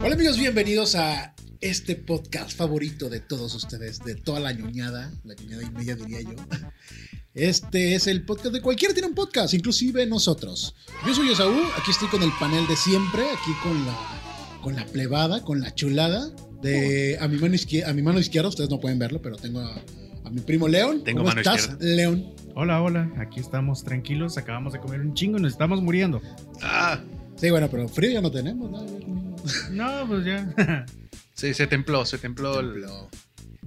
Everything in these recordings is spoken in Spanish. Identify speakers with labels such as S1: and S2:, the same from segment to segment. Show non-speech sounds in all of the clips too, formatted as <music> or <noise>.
S1: Hola amigos, bienvenidos a este podcast favorito de todos ustedes, de toda la ñoñada, la ñoñada y media diría yo. Este es el podcast de cualquiera tiene un podcast, inclusive nosotros. Yo soy Esaú, aquí estoy con el panel de siempre, aquí con la, con la plebada, con la chulada. De, a, mi mano izquierda, a mi mano izquierda, ustedes no pueden verlo, pero tengo a, a mi primo León.
S2: Tengo
S1: ¿Cómo
S2: mano
S1: estás,
S2: izquierda.
S1: León?
S3: Hola, hola, aquí estamos tranquilos, acabamos de comer un chingo y nos estamos muriendo.
S2: Ah,
S1: Sí, bueno, pero frío ya no tenemos. ¿no? Ya comimos.
S3: No, pues ya.
S2: sí, se templó, se templó. el-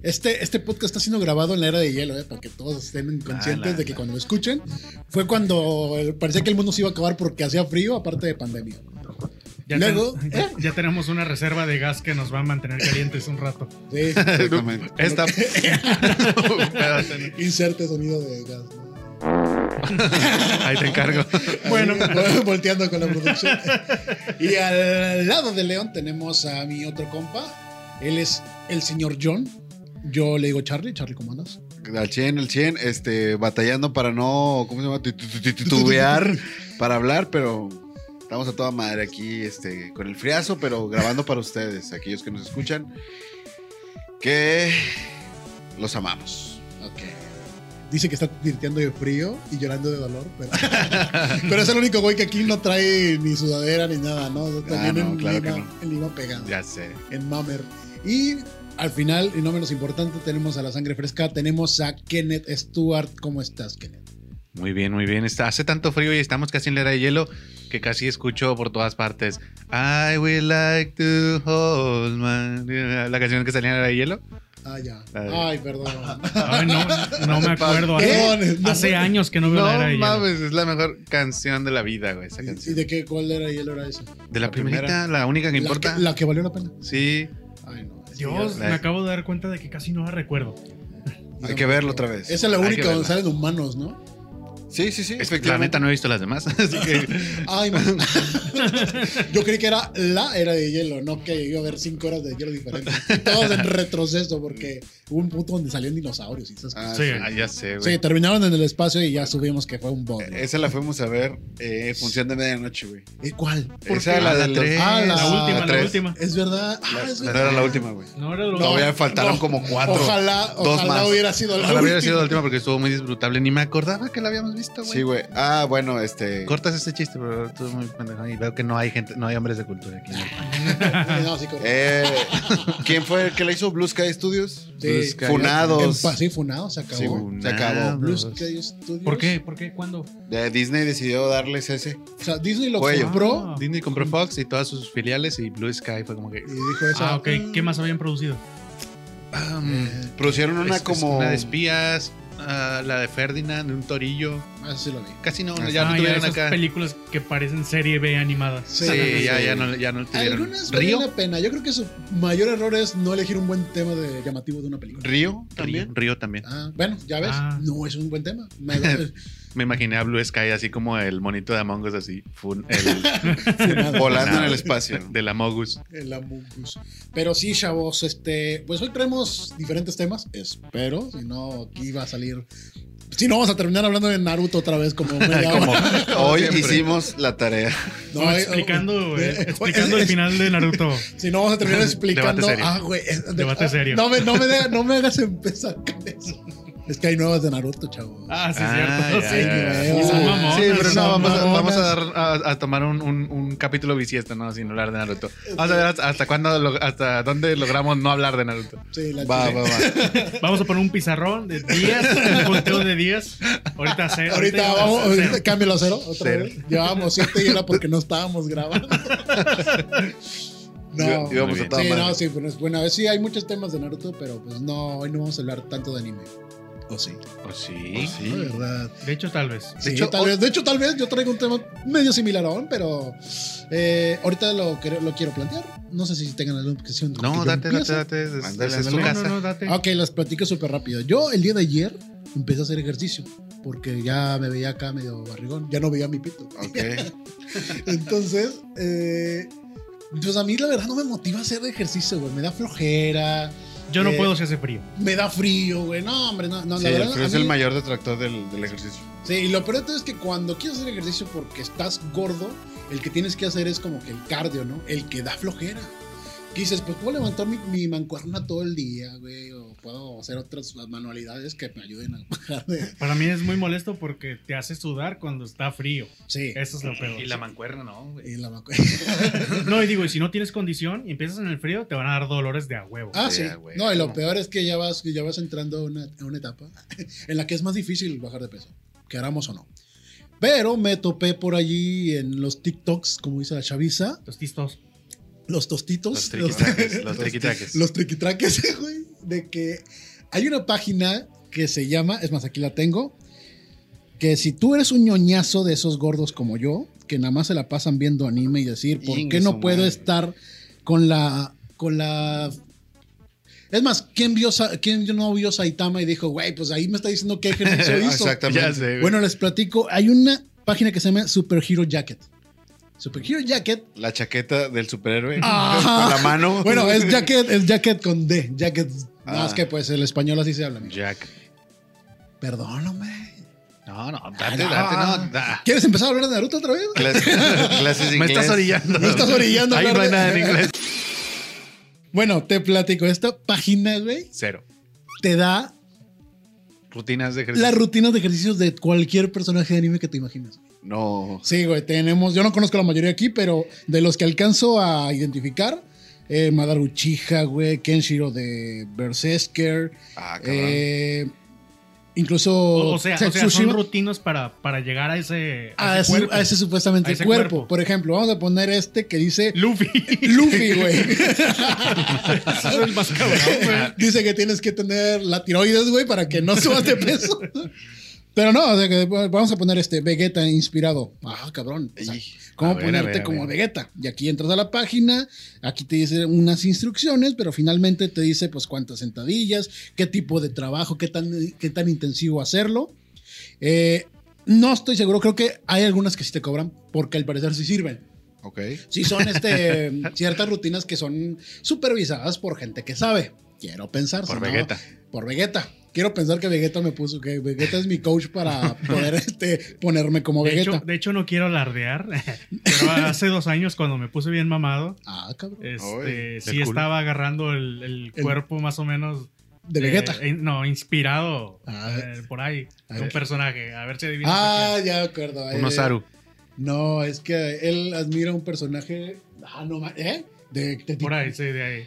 S1: Este, este podcast está siendo grabado en la era de hielo, ¿eh? para que todos estén conscientes
S2: Ah, la-
S1: de que
S2: la-
S1: cuando lo escuchen fue cuando eh, parecía que el mundo se iba a acabar porque hacía frío, aparte de pandemia.
S3: Ya,
S1: Luego,
S3: ten-
S1: ¿eh?
S3: ya tenemos una reserva de gas que nos va a mantener calientes un rato.
S2: <laughs>
S1: Sí,
S4: Exactamente.
S2: <laughs> Esta. <laughs> Un pedazo, ¿no?
S1: inserte sonido de gas. ¿no?
S2: Ahí te encargo.
S3: Bueno.
S1: Ahí, <laughs> volteando con la producción. Y al lado de León tenemos a mi otro compa. Él es el señor John. Yo le digo Charlie. Charlie, ¿cómo andas?
S4: Al 100, al 100, este, batallando para no, ¿cómo se llama? Titu- titu-
S2: <laughs>
S4: Titubear para hablar, pero estamos a toda madre aquí, este, con el friazo, pero grabando para ustedes, aquellos que nos escuchan, que los amamos.
S1: Ok. Dice que está tirteando de frío y llorando de dolor, pero,
S4: <laughs>
S1: pero es el único güey que aquí no trae ni sudadera ni nada, ¿no? También
S4: Ah, no,
S1: en,
S4: claro
S1: Lima,
S4: que no.
S1: en Lima pegado,
S2: Ya sé.
S1: en Mamer. Y al final, y no menos importante, tenemos a la sangre fresca, tenemos a Kenneth Stewart. ¿Cómo estás, Kenneth?
S2: Muy bien, muy bien. Está, hace tanto frío y estamos casi en la era de hielo que casi escucho por todas partes. I would like to hold my... La canción que salía en la era de hielo.
S1: Ah, ya.
S2: Ay.
S1: Ay,
S4: <laughs>
S1: perdón.
S3: Ay, no, no me acuerdo.
S1: ¿Qué?
S3: Hace, hace años que no veo la era de
S2: No
S3: hielo.
S2: mames, es la mejor canción de la vida, güey. Esa
S1: ¿Y, y
S2: canción.
S1: de qué? ¿Cuál era y él era esa?
S2: De la,
S4: la
S2: primerita,
S4: primera.
S2: la única que
S1: La
S2: importa.
S1: que- La que valió la pena.
S2: Sí.
S1: Ay, no. es que
S3: Dios,
S2: la-
S3: me acabo de dar cuenta de que casi no la recuerdo.
S1: ya-
S4: Hay que verlo otra vez.
S1: Esa es la
S2: Hay que
S1: única donde
S2: verla.
S1: salen humanos, ¿no?
S4: Sí, sí, sí.
S2: Es que la neta no he visto las demás. <laughs> Así que...
S1: Ay, man. <laughs> Yo creí que era la era de hielo, no que iba a haber cinco horas de hielo diferentes. Todos en retroceso, porque hubo un punto donde salían dinosaurios y esas cosas.
S4: Ah,
S3: Sí.
S4: sí.
S2: Ah, ya sé, güey.
S1: Sí, terminaron en el espacio y ya subimos que fue un bot.
S4: Esa la fuimos a ver eh, en función de medianoche, güey.
S1: ¿Cuál?
S4: Esa
S2: Ah,
S4: la
S2: la
S4: de los-
S2: tres.
S1: Ah,
S3: La
S1: Ah,
S3: última, la
S4: tres.
S3: última.
S1: Es verdad. Ah, es
S4: No
S1: verdad.
S4: era la última, güey.
S3: No era lo
S1: No,
S4: Todavía faltaron
S1: no.
S4: como cuatro.
S1: Ojalá,
S4: Dos
S1: ojalá
S4: más.
S1: hubiera sido la
S2: Ojalá hubiera
S1: última.
S2: sido la última porque estuvo muy disfrutable. Ni me acordaba que la habíamos visto, güey.
S4: Sí, güey. Ah, bueno, este.
S2: Cortas ese chiste, pero estuvo muy pendejo. Y veo que no hay gente, no hay hombres de cultura aquí.
S1: <laughs> No, sí, correcto.
S4: Eh, ¿Quién fue el que la hizo? Blue Sky Studios.
S1: Sí.
S2: Blue Sky.
S4: pues Funados.
S1: En pa- sí, funado, se acabó.
S4: Sí, güey. Se acabó.
S1: Blue Sky Studios.
S3: ¿Por qué? ¿Por qué? ¿Cuándo?
S4: Eh, Disney decidió darles ese.
S1: O sea, Disney lo
S4: Cuello.
S1: compró
S3: Ah.
S2: Disney compró Fox y todas sus filiales y Blue Sky fue como que.
S1: y dijo eso.
S3: Ah, ok. ¿Qué más habían producido?
S2: ah,
S1: Eh,
S4: Producieron
S2: es-
S4: una
S2: es
S4: como.
S2: una de espías, ah, la de Ferdinand, de un torillo.
S1: Ah, sí lo vi.
S2: Casi no,
S4: Ah,
S2: ya no
S3: Ah,
S2: tuvieron
S3: esas
S2: acá.
S3: películas que parecen serie B animada. <laughs>
S2: Sí, ya, ya no, ya no tuvieron.
S1: Algunas valen
S2: Río,
S1: la pena. Yo creo que su mayor error es no elegir un buen tema de llamativo de una película.
S4: Río
S2: Río,
S4: también.
S2: Río también.
S1: Ah, bueno, ya ves,
S3: Ah.
S1: no es un buen tema. Me-
S2: Me imaginé a Blue Sky así como el monito de Among Us, así, fun-
S3: <laughs>
S2: el,
S4: Volando en
S2: Nada.
S4: el espacio.
S2: de la Mogus.
S1: el Amungus. Pero sí, chavos, este, pues hoy traemos diferentes temas, espero. Si no, aquí va a salir. Si no, vamos a terminar hablando de Naruto otra vez, como media
S2: Como-
S1: hora.
S2: como
S4: Hoy
S2: siempre.
S4: hicimos la tarea.
S1: No,
S3: Como
S1: eh,
S3: explicando,
S1: eh,
S3: eh,
S1: eh, <laughs>
S3: explicando el final de Naruto.
S1: Si no, vamos a terminar explicando.
S2: Debate serio.
S1: Ah, güey. es-
S3: Debate
S1: ah,
S3: serio.
S1: No me, no, me de- no me hagas empezar con eso. Es que hay nuevas de Naruto, chavos.
S3: Ah, sí,
S2: Ah,
S3: cierto.
S2: ya,
S3: Sí,
S2: ya,
S1: ya.
S3: Sí, son
S1: Ah,
S3: mamonas,
S2: Sí, pero
S3: son
S2: no, vamos a,
S3: mamonas.
S2: vamos a dar a, a tomar un, un- un capítulo bisiesto, ¿no? Sin hablar de Naruto. Vamos a ver hasta, hasta cuándo lo- hasta dónde logramos no hablar de Naruto.
S1: Sí, la
S4: Va,
S1: chile.
S4: va, va.
S3: Vamos a poner un pizarrón de días, un conteo de días. Ahorita cero.
S1: <laughs> Ahorita
S3: ya
S1: vamos,
S3: cero.
S1: ahorita cámbialo a cero otra
S2: Cero.
S1: vez. Llevábamos siete y era porque no estábamos grabando. No.
S4: Íbamos
S2: Muy
S4: a
S2: bien.
S4: toda
S1: sí,
S4: madre.
S1: no, sí, bueno, es bueno. Sí, hay muchos temas de Naruto, pero pues no, hoy no vamos a hablar tanto de anime. ¿O sí?
S3: Pues
S2: ¿O sí?
S1: No, de verdad.
S3: De hecho, tal vez.
S1: Sí,
S2: De hecho,
S1: tal
S2: hoy-
S1: vez, de hecho, tal vez yo traigo un tema medio similar aún, pero eh, ahorita lo, quer- lo quiero plantear. No sé si tengan alguna objeción. con que
S2: No,
S1: yo
S2: date, date,
S1: empiece.
S2: date. es-
S4: Ándale,
S2: es- es tu
S3: No,
S4: ándale.
S2: casa.
S3: no, no, date.
S1: Ok, las platico súper rápido. Yo el día de ayer empecé a hacer ejercicio porque ya me veía acá medio barrigón, ya no veía mi pito.
S4: Ok.
S1: <laughs> Entonces, eh, pues a mí la verdad no me motiva hacer ejercicio, güey. Me da flojera.
S3: Yo no
S1: Eh,
S3: puedo si hace frío.
S1: Me da frío, güey. No, hombre, no, no,
S4: Sí,
S1: la
S4: el
S1: verdad.
S4: frío
S1: a
S4: es
S1: mí-
S4: el mayor detractor del, del ejercicio.
S1: Sí, y lo peor de todo es que cuando quieres hacer ejercicio porque estás gordo, el que tienes que hacer es como que el cardio, ¿no? El que da flojera. Que dices, pues puedo levantar mi, mi mancuerna todo el día, güey, o puedo hacer otras manualidades que me ayuden a bajar de.
S3: Para mí es muy molesto porque te hace sudar cuando está frío.
S1: Sí.
S3: Eso es lo peor.
S2: Y la mancuerna, no, güey.
S1: Y la mancuerna.
S3: No, y digo, y si no tienes condición y empiezas en el frío, te van a dar dolores de a huevo.
S1: <laughs> Ah, sí.
S4: Ya, güey.
S1: No, y lo peor es que ya vas, ya vas entrando a una, a una etapa <laughs> en la que es más difícil bajar de peso, queramos o no. Pero me topé por allí en los TikToks, como dice la chaviza,
S3: Los tistos.
S1: los
S2: Los
S1: tostitos, los,
S2: triquitraques, los triquitraques.
S1: los triquitraques, <laughs> güey, de que hay una página que se llama, es más, aquí la tengo, que si tú eres un ñoñazo de esos gordos como yo, que nada más se la pasan viendo anime y decir, ¿por
S4: Ingue
S1: qué
S4: su
S1: no puedo
S4: madre.
S1: estar con la, con la... Es más, ¿quién, vio, Sa- ¿quién no vio Saitama y dijo, güey, pues ahí me está diciendo
S4: <laughs>
S1: qué ejercicio
S4: Ah,
S1: hizo?
S2: Ya
S4: Exactamente.
S2: sé, güey.
S1: Bueno, les platico, hay una página que se llama Super Hero Jacket. Super Hero Jacket
S4: La chaqueta del superhéroe
S1: Ah.
S4: con la mano.
S1: Bueno, es jacket, es jacket con D, jacket.
S4: Ah.
S1: Más que pues el español así se habla. amigo.
S2: Jack.
S1: Perdón, hombre.
S2: No, no, date,
S1: Ah, no.
S2: date, no. da.
S1: ¿Quieres empezar a hablar de Naruto otra vez?
S4: Clases, clases de
S2: Me
S4: inglés.
S2: estás orillando.
S1: Me estás orillando a
S2: Ahí no
S1: hablar
S2: hay
S1: de-
S2: nada en inglés.
S1: Bueno, te platico. Esta página, güey,
S2: Cero.
S1: te da
S2: Rutinas de ejercicio.
S1: las rutinas de ejercicios de cualquier personaje de anime que te imaginas.
S4: No.
S1: Sí, güey, tenemos. Yo no conozco la mayoría aquí, pero de los que alcanzo a identificar. Eh, Madara Uchiha, güey, Kenshiro de Berserker.
S4: Ah, cabrón.
S1: eh, incluso.
S3: O, o sea, o sea, son
S1: Tsushima.
S3: rutinos para, para llegar a ese, a
S1: a
S3: ese
S1: ese,
S3: cuerpo.
S1: Ah, a ese supuestamente
S3: A ese
S1: cuerpo.
S3: cuerpo.
S1: Por ejemplo, vamos a poner este que dice
S3: Luffy. <laughs>
S1: Luffy, güey. <laughs>
S3: Ese es el más cabrón,
S2: Ah,
S3: güey.
S1: dice que tienes que tener la tiroides, güey, para que no subas de peso. Pero no, o sea que vamos a poner este Vegeta inspirado. Ah, cabrón. O sea,
S4: Y-
S1: ¿Cómo
S2: A ver, a
S1: ponerte
S2: ver, a
S1: como
S2: ver.
S1: Vegeta? Y aquí entras a la página, aquí te dice unas instrucciones, pero finalmente te dice pues cuántas sentadillas, qué tipo de trabajo, qué tan, qué tan intensivo hacerlo. Eh, no estoy seguro, creo que hay algunas que sí te cobran porque al parecer sí sirven.
S4: ok.
S1: Sí son
S3: <laughs>
S1: este, ciertas rutinas que son supervisadas por gente que sabe. Quiero pensar.
S2: Por
S1: si no,
S2: Vegeta.
S1: por Vegeta. Quiero pensar que Vegeta me puso, que Vegeta es mi coach
S3: <laughs>
S1: para poder este, ponerme como
S3: De
S1: Vegeta.
S3: hecho, de hecho, no quiero alardear, <laughs> pero hace dos años cuando me puse bien mamado,
S1: Ah, cabrón.
S3: este,
S2: Ay,
S3: sí
S2: del culo.
S3: estaba agarrando el, el
S1: El-
S3: cuerpo más o menos
S1: De
S3: eh,
S1: Vegeta.
S3: eh, no, inspirado
S1: Ah,
S3: eh, por ahí.
S1: a
S3: de un
S1: ver.
S3: personaje. A ver si adivinas.
S1: Ah, ya me acuerdo. eh,
S2: Uno Saru.
S1: No, es que él admira un personaje. Ah, no ma- ¿Eh? De, de,
S3: a quién. Por ahí, sí, de ahí.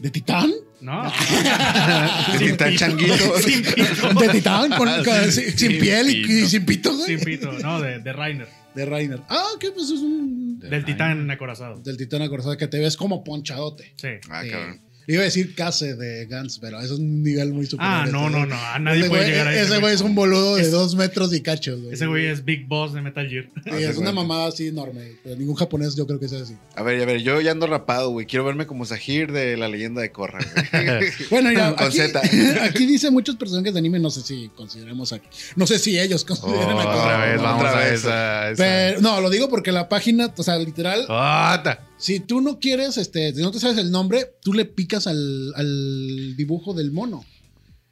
S1: ¿De Titán?
S3: No.
S1: Ah.
S3: <laughs>
S4: Sin
S3: Sin
S4: tan
S3: pito.
S4: changuito.
S2: <laughs>
S3: Sin pito.
S1: ¿De Titán?
S3: <laughs>
S1: Con,
S3: Ah,
S1: con- sin,
S2: sin
S1: sin piel y- y,
S2: pito.
S1: sin pito, güey.
S3: Sin pito. No, de, de Reiner.
S1: De Reiner. Ah, que pues es un.
S3: Del titán acorazado.
S1: Del Titán acorazado que te ves como ponchadote.
S3: Sí.
S4: Ah,
S1: Sí.
S4: cabrón.
S1: Iba a decir Case de Gans, pero eso es un nivel muy superior.
S3: Ah, no,
S1: Ese
S3: no,
S1: güey-
S3: no. a nadie
S1: ese
S3: puede
S1: güey-
S3: llegar a
S1: Ese güey es un boludo de
S3: Es-
S1: dos metros y cachos, güey.
S3: Ese güey es Big Boss de Metal Gear.
S1: Sí,
S2: Ah,
S4: Hace
S1: es una
S4: cuenta.
S1: mamada así enorme. Pero ningún japonés yo creo que sea así.
S4: A ver, a ver, yo ya ando rapado, güey. Quiero verme como Sahir de la leyenda de Korra, güey.
S1: <laughs> Bueno, mira,
S2: <laughs>
S4: Con
S1: aquí,
S4: Z.
S1: <laughs> aquí dice muchos personajes de anime, no sé si consideremos aquí. No sé si ellos
S2: Oh,
S1: consideran a
S2: otra
S1: Cosmo.
S2: vez,
S4: Otra
S2: vamos a
S4: vez.
S2: esa. esa. Oh.
S1: Pero, no, lo digo porque la página, o sea, literal,
S2: Ota.
S1: si tú no quieres, este, si no te sabes el nombre, tú le picas al, al dibujo del mono.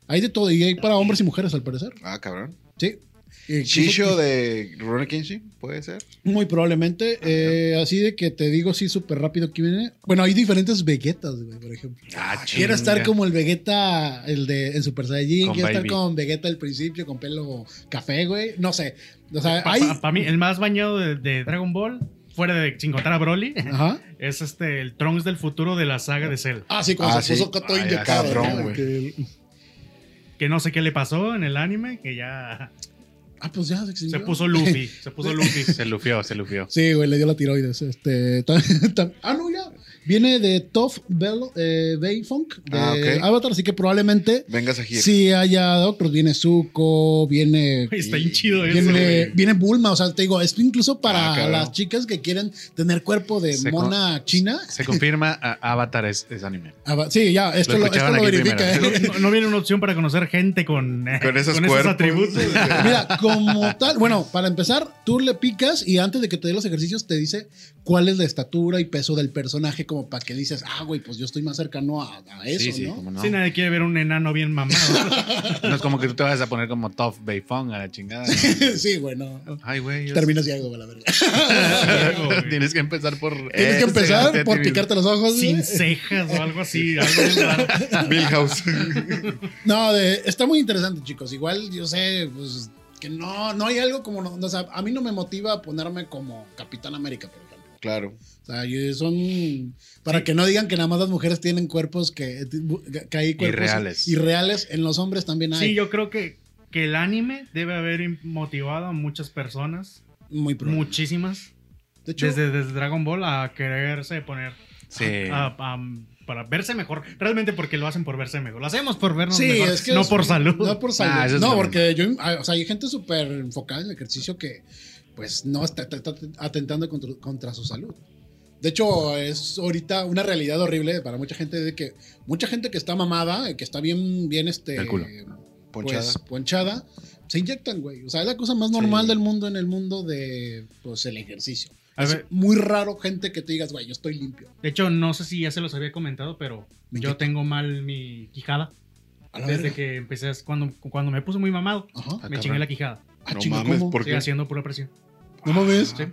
S1: Hay de todo, y hay para hombres y mujeres, al parecer.
S4: ah, cabrón.
S1: Sí. Y-
S4: Shisho de Rurouni Kenshin, puede ser.
S1: Muy probablemente. eh, así de que te digo, sí, súper rápido aquí viene. Bueno, hay diferentes Vegetas, güey, por ejemplo.
S2: Ah,
S1: Quiero estar
S2: chinga.
S1: como el Vegeta, el de el Super Saiyajin.
S2: Con
S1: Quiero estar
S2: Baby.
S1: con Vegeta al principio, con pelo café, güey. No sé. O sea,
S3: Para
S1: hay.
S3: mí, el más bañado de, de Dragon Ball, fuera de sin contar a Broly, <laughs>
S1: Ajá.
S3: es este el Trunks del futuro de la saga de Cell.
S1: Ah, sí, cuando
S4: Ah,
S1: se
S4: sí.
S1: puso todo
S2: Ay,
S1: inyectado.
S4: cabrón,
S1: ¿no?
S4: güey.
S1: Que-
S3: Que no sé qué le pasó en el anime, que ya
S1: Ah, pues ya se
S3: se
S1: extinguió.
S3: puso Luffy. Se puso Luffy.
S2: Se lufió, se lufió.
S1: Sí, güey, le dio la tiroides. Este, ta- <laughs> ta- ah, no, ya. Viene de Tough Bell eh, Bay Funk de
S4: Ah, ok.
S1: Avatar, así que probablemente
S4: Venga, Sahir.
S1: sí haya otros. Viene Zuko, viene.
S3: Está bien chido eso.
S1: Viene,
S3: güey.
S1: viene Bulma, o sea, te digo, es incluso para
S4: Ah, cabrón.
S1: las chicas que quieren tener cuerpo de
S2: Se con-
S1: mona china.
S2: Se confirma, a- Avatar es, es anime.
S1: Ah, va- Sí, ya, esto
S2: Lo
S1: lo,
S2: escucharon
S1: esto lo
S2: aquí
S1: verifica.
S2: primero.
S1: ¿eh? <laughs>
S3: No, no viene una opción para conocer gente con, eh,
S4: Con esos cuerpos.
S3: atributos.
S1: Mira, como tal, bueno, para empezar, tú le picas y antes de que te dé los ejercicios te dice cuál es la estatura y peso del personaje como para que dices, ah, güey, pues yo estoy más cercano a, a eso,
S2: sí, sí,
S1: ¿no?
S2: cómo no.
S3: Si nadie quiere ver un enano bien mamado.
S2: No es como que tú te vas a poner como Top Beifong a la chingada. ¿no?
S1: <laughs> sí, güey, no.
S2: Ay, güey. yo-
S1: Terminas ciego, güey, la verdad.
S2: Tienes que empezar por.
S1: <laughs>
S2: este,
S1: Tienes que empezar por picarte los ojos.
S3: sin
S1: güey.
S3: cejas o algo así. Algo bien raro.
S1: <laughs>
S4: Milhouse.
S1: No, de- está muy interesante, chicos. Igual yo sé, pues, que no, no hay algo como. no- no, o sea, a mí no me motiva a ponerme como Capitán América, por ejemplo.
S4: claro.
S1: O sea, yo- son. Para que no digan que nada más las mujeres tienen cuerpos que, que hay cuerpos
S2: Irreales.
S1: irreales, En los hombres también hay.
S3: Sí, yo creo que, que el anime debe haber motivado a muchas personas,
S1: muy probable.
S3: muchísimas,
S1: De hecho,
S3: desde, desde Dragon Ball a quererse poner,
S2: Sí.
S3: a- a- para verse mejor. Realmente porque lo hacen por verse mejor. Lo hacemos por vernos
S1: sí,
S3: mejor,
S1: es que.
S3: no
S1: es-
S3: por salud.
S1: No por salud.
S2: Ah, eso es
S1: no,
S2: lo
S1: porque yo. ah, O sea, hay gente súper enfocada en el ejercicio que, pues, no está, está- está atentando contra, contra su salud. De hecho, es ahorita una realidad horrible para mucha gente de que mucha gente que está mamada, que está bien, bien este.
S2: El culo.
S4: Ponchada.
S1: pues, ponchada, se inyectan, güey. O sea, es la cosa más normal
S2: Sí.
S1: del mundo en el mundo de, pues, el ejercicio.
S3: A
S1: Es
S3: ver.
S1: muy raro gente que te digas, güey, yo estoy limpio.
S3: De hecho, no sé si ya se los había comentado, pero
S1: Me
S3: yo
S1: inquieto.
S3: tengo mal mi quijada.
S1: A la
S3: Desde
S1: verga.
S3: que empecé, a- cuando, cuando me puse muy mamado,
S1: Ajá.
S2: Ah,
S3: me
S2: cabrón.
S3: chingué la quijada.
S1: Ah,
S4: no
S1: chinga,
S4: mames,
S1: ¿cómo?
S4: ¿por
S3: Sí,
S4: qué?
S3: haciendo pura presión.
S1: ¿No mames?
S3: Sí.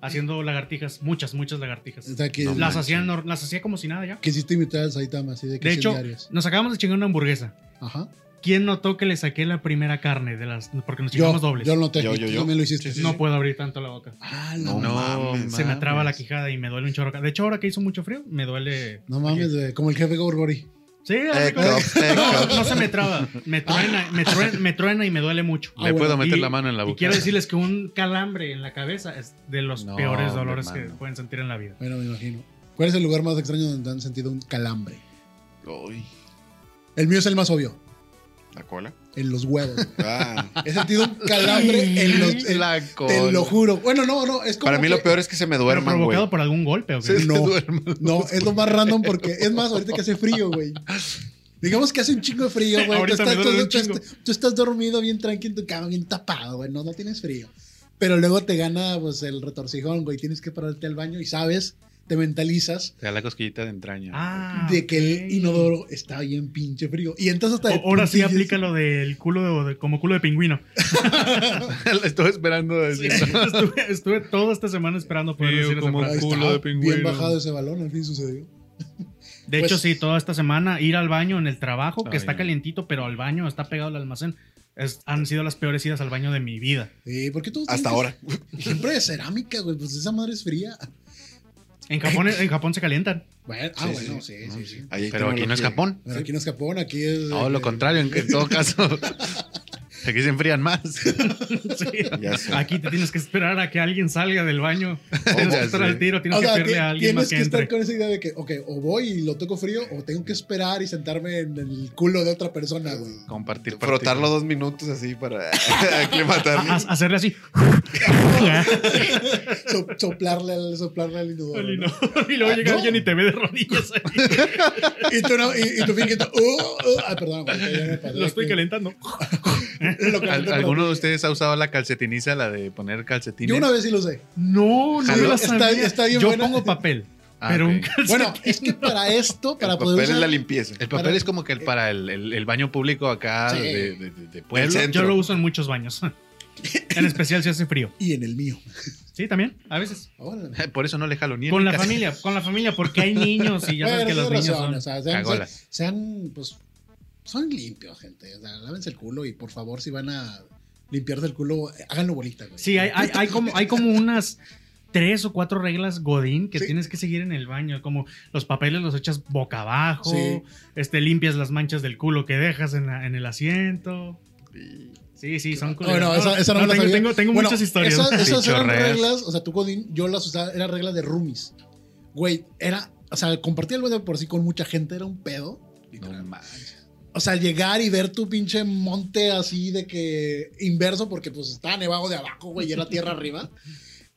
S3: Haciendo lagartijas, muchas, muchas lagartijas.
S1: O sea, que,
S2: No
S3: las,
S2: manches.
S3: hacían, nor- las hacía como si nada ya.
S1: quisiste imitar al Saitama, así de que
S3: De
S1: cien
S3: hecho,
S1: diarios.
S3: nos acabamos de chingar una hamburguesa.
S1: Ajá.
S3: ¿Quién notó que le saqué la primera carne de las porque nos chingamos dobles?
S1: Yo lo noté.
S4: Yo, yo,
S1: tú
S4: yo.
S1: también lo hiciste.
S4: Sí, sí,
S3: no
S4: sí.
S3: puedo abrir tanto la boca.
S1: Ah, la
S4: No,
S1: ma-
S4: mames.
S3: Se me traba la
S2: quijada.
S3: quijada y me duele un chorro. De hecho, ahora que hizo mucho frío, me duele.
S1: no mames, güey, como el jefe Gorgori.
S3: Sí, haz de
S4: Echo,
S3: cuenta. <laughs> no,
S4: echo.
S3: no se me traba. Me truena, me, truena, me truena y me duele mucho.
S1: Ah,
S2: Le
S1: bueno,
S2: puedo meter
S3: y-
S2: la mano en la boca.
S3: Y quiero
S2: <laughs>
S3: decirles que un calambre en la cabeza es de los
S2: No,
S3: peores
S2: hombre,
S3: dolores que
S2: mano.
S3: pueden sentir en la vida.
S1: Bueno, me imagino. ¿Cuál es el lugar más extraño donde han sentido un calambre?
S4: Uy,
S1: El mío es el más obvio. <laughs>
S4: ¿La cola?
S1: En los huevos. güey.
S4: Ah.
S1: He sentido un
S3: <laughs>
S1: calambre en los. en-
S2: La
S1: te
S2: cola.
S1: lo juro. Bueno, no, no. Es como
S4: Para mí
S1: que-
S4: lo peor es que se me
S3: Pero
S4: duerman, güey.
S3: provocado por algún golpe, ¿o qué?
S2: Sí, se
S1: No.
S2: duerme.
S1: No, es lo más random porque es más ahorita que hace frío, güey. Digamos que hace un chingo de frío, güey. Tú
S3: Ahorita
S1: estás,
S3: me duele
S1: tú-
S3: un
S1: tú-
S3: chingo.
S1: tú estás dormido bien tranqui en tu cama, bien tapado, güey. No, no tienes frío. Pero luego te gana pues, el retorcijón, güey. Tienes que pararte al baño y sabes, te mentalizas
S2: Te da la cosquillita de entraña.
S3: Ah,
S1: de que
S3: ok.
S1: el inodoro está bien pinche frío. Y entonces hasta... de
S3: O- Ahora sí
S1: puntillas-
S3: aplica lo del culo de, como culo de pingüino.
S2: <laughs> La estoy esperando
S3: <laughs>
S2: decir.
S3: estuve, estuve toda esta semana esperando poder
S2: Ew,
S3: decir esa
S2: como
S1: Ahí
S3: frase.
S1: está,
S2: Culo de
S1: bien
S2: pingüino.
S1: bajado ese balón, al fin sucedió.
S3: De
S1: pues-
S3: hecho, sí, toda esta semana ir al baño en el trabajo, que
S2: Ay,
S3: está
S2: no.
S3: calientito, pero al baño está pegado al almacén. Es- han sido las peores idas al baño de mi vida.
S1: Sí, ¿por qué todos tienen
S4: Hasta
S1: que-
S4: ahora.
S1: Siempre de cerámica, güey. Pues esa madre es fría.
S3: En Japón, en Japón
S1: <laughs>
S3: se calientan.
S1: Bueno, ah,
S4: Sí,
S1: bueno,
S4: sí.
S1: sí, sí, sí.
S4: Ahí hay
S2: Pero aquí no es
S4: tecnología. <laughs>
S2: Japón. <laughs>
S1: Pero aquí no es Japón, aquí es...
S2: No, lo
S1: eh,
S2: contrario, en, en todo caso. <laughs> Aquí se enfrían más.
S1: <laughs>
S3: Sí.
S4: Ya sé.
S3: Aquí te tienes que esperar a que alguien salga del
S1: <laughs>
S3: baño. Tienes que
S2: ya
S3: estar
S2: sé.
S3: al tiro, tienes
S1: O
S3: que
S1: sea,
S3: pedirle
S1: ti-
S3: a alguien
S1: tienes
S3: más que
S1: que estar
S3: entre.
S1: con esa idea de que, ok, o voy y lo toco frío, o tengo que esperar y sentarme en el culo de otra persona, güey.
S2: Compartir.
S4: Frotarlo dos minutos así para <laughs> aclimatarlo.
S3: A- a- hacerle así.
S1: So- soplarle al, soplarle al inodoro,
S3: Al
S1: ¿no?
S3: inodoro, y luego llega
S1: No.
S3: alguien y te ve de
S1: <laughs>
S3: rodillas ahí.
S1: Y tú no, y, y tú fingiendo, "Oh, oh". ah, perdón, güey, ya me pasé
S3: Lo estoy
S1: aquí.
S3: calentando.
S1: Lo
S2: Al-
S1: calenté,
S2: ¿Alguno
S1: perdón.
S2: de ustedes ha usado la calcetiniza, la de poner calcetines?
S1: Yo una vez sí lo
S3: <laughs>
S1: sé.
S3: No, no
S1: Sí,
S3: la
S1: está-
S3: sabía.
S1: está bien
S3: Yo
S1: buena.
S3: pongo papel,
S2: Ah,
S3: pero
S2: ok.
S3: un <laughs> calcetín.
S1: Bueno, es que para esto, <laughs> para
S4: el
S1: poder
S4: papel es la
S1: usar...
S4: limpieza.
S2: El papel
S1: para-
S2: es como que
S4: eh,
S2: el- para el, el- el baño público acá
S1: Sí.
S2: de, de- de- de pueblo.
S4: El centro.
S3: yo lo uso en muchos baños. <laughs> En especial si hace frío.
S1: Y en el mío.
S3: Sí, también, a veces.
S1: Órale.
S2: <laughs> Por eso no le jalo ni en
S3: Con
S2: mi
S3: la
S2: casa.
S3: familia, con la familia, porque
S1: <laughs>
S3: hay niños y ya sabes
S1: Bueno,
S3: que los
S1: tienes
S3: niños
S1: razón,
S3: son.
S1: o sea, sean,
S2: Cagolas.
S1: sean- sean, pues, son limpios, gente. O sea, lávense el culo y por favor, si van a limpiarse el culo, háganlo bolita, güey.
S3: Sí, hay, hay, hay como, hay como unas tres o cuatro reglas Godín que
S1: Sí.
S3: tienes que seguir en el baño. Como los papeles los echas boca abajo,
S1: Sí.
S3: este, limpias las manchas del culo que dejas en, la- en el asiento. Sí, sí, son
S1: Oh, no, esa, esa no, me la
S3: tengo,
S1: sabía.
S3: tengo, tengo
S1: Bueno,
S3: muchas historias. <laughs>
S1: Esas, esas eran
S2: Pichorreas.
S1: reglas, o sea, tú, Godín, yo las usaba, era regla de roomies. Güey, era, o sea, compartir el baño por sí con mucha gente era un pedo.
S2: No
S4: Ah,
S1: literal.
S2: manches.
S1: O sea, llegar y ver tu pinche monte así de que inverso, porque pues estaba nevado de abajo, güey, y era tierra arriba.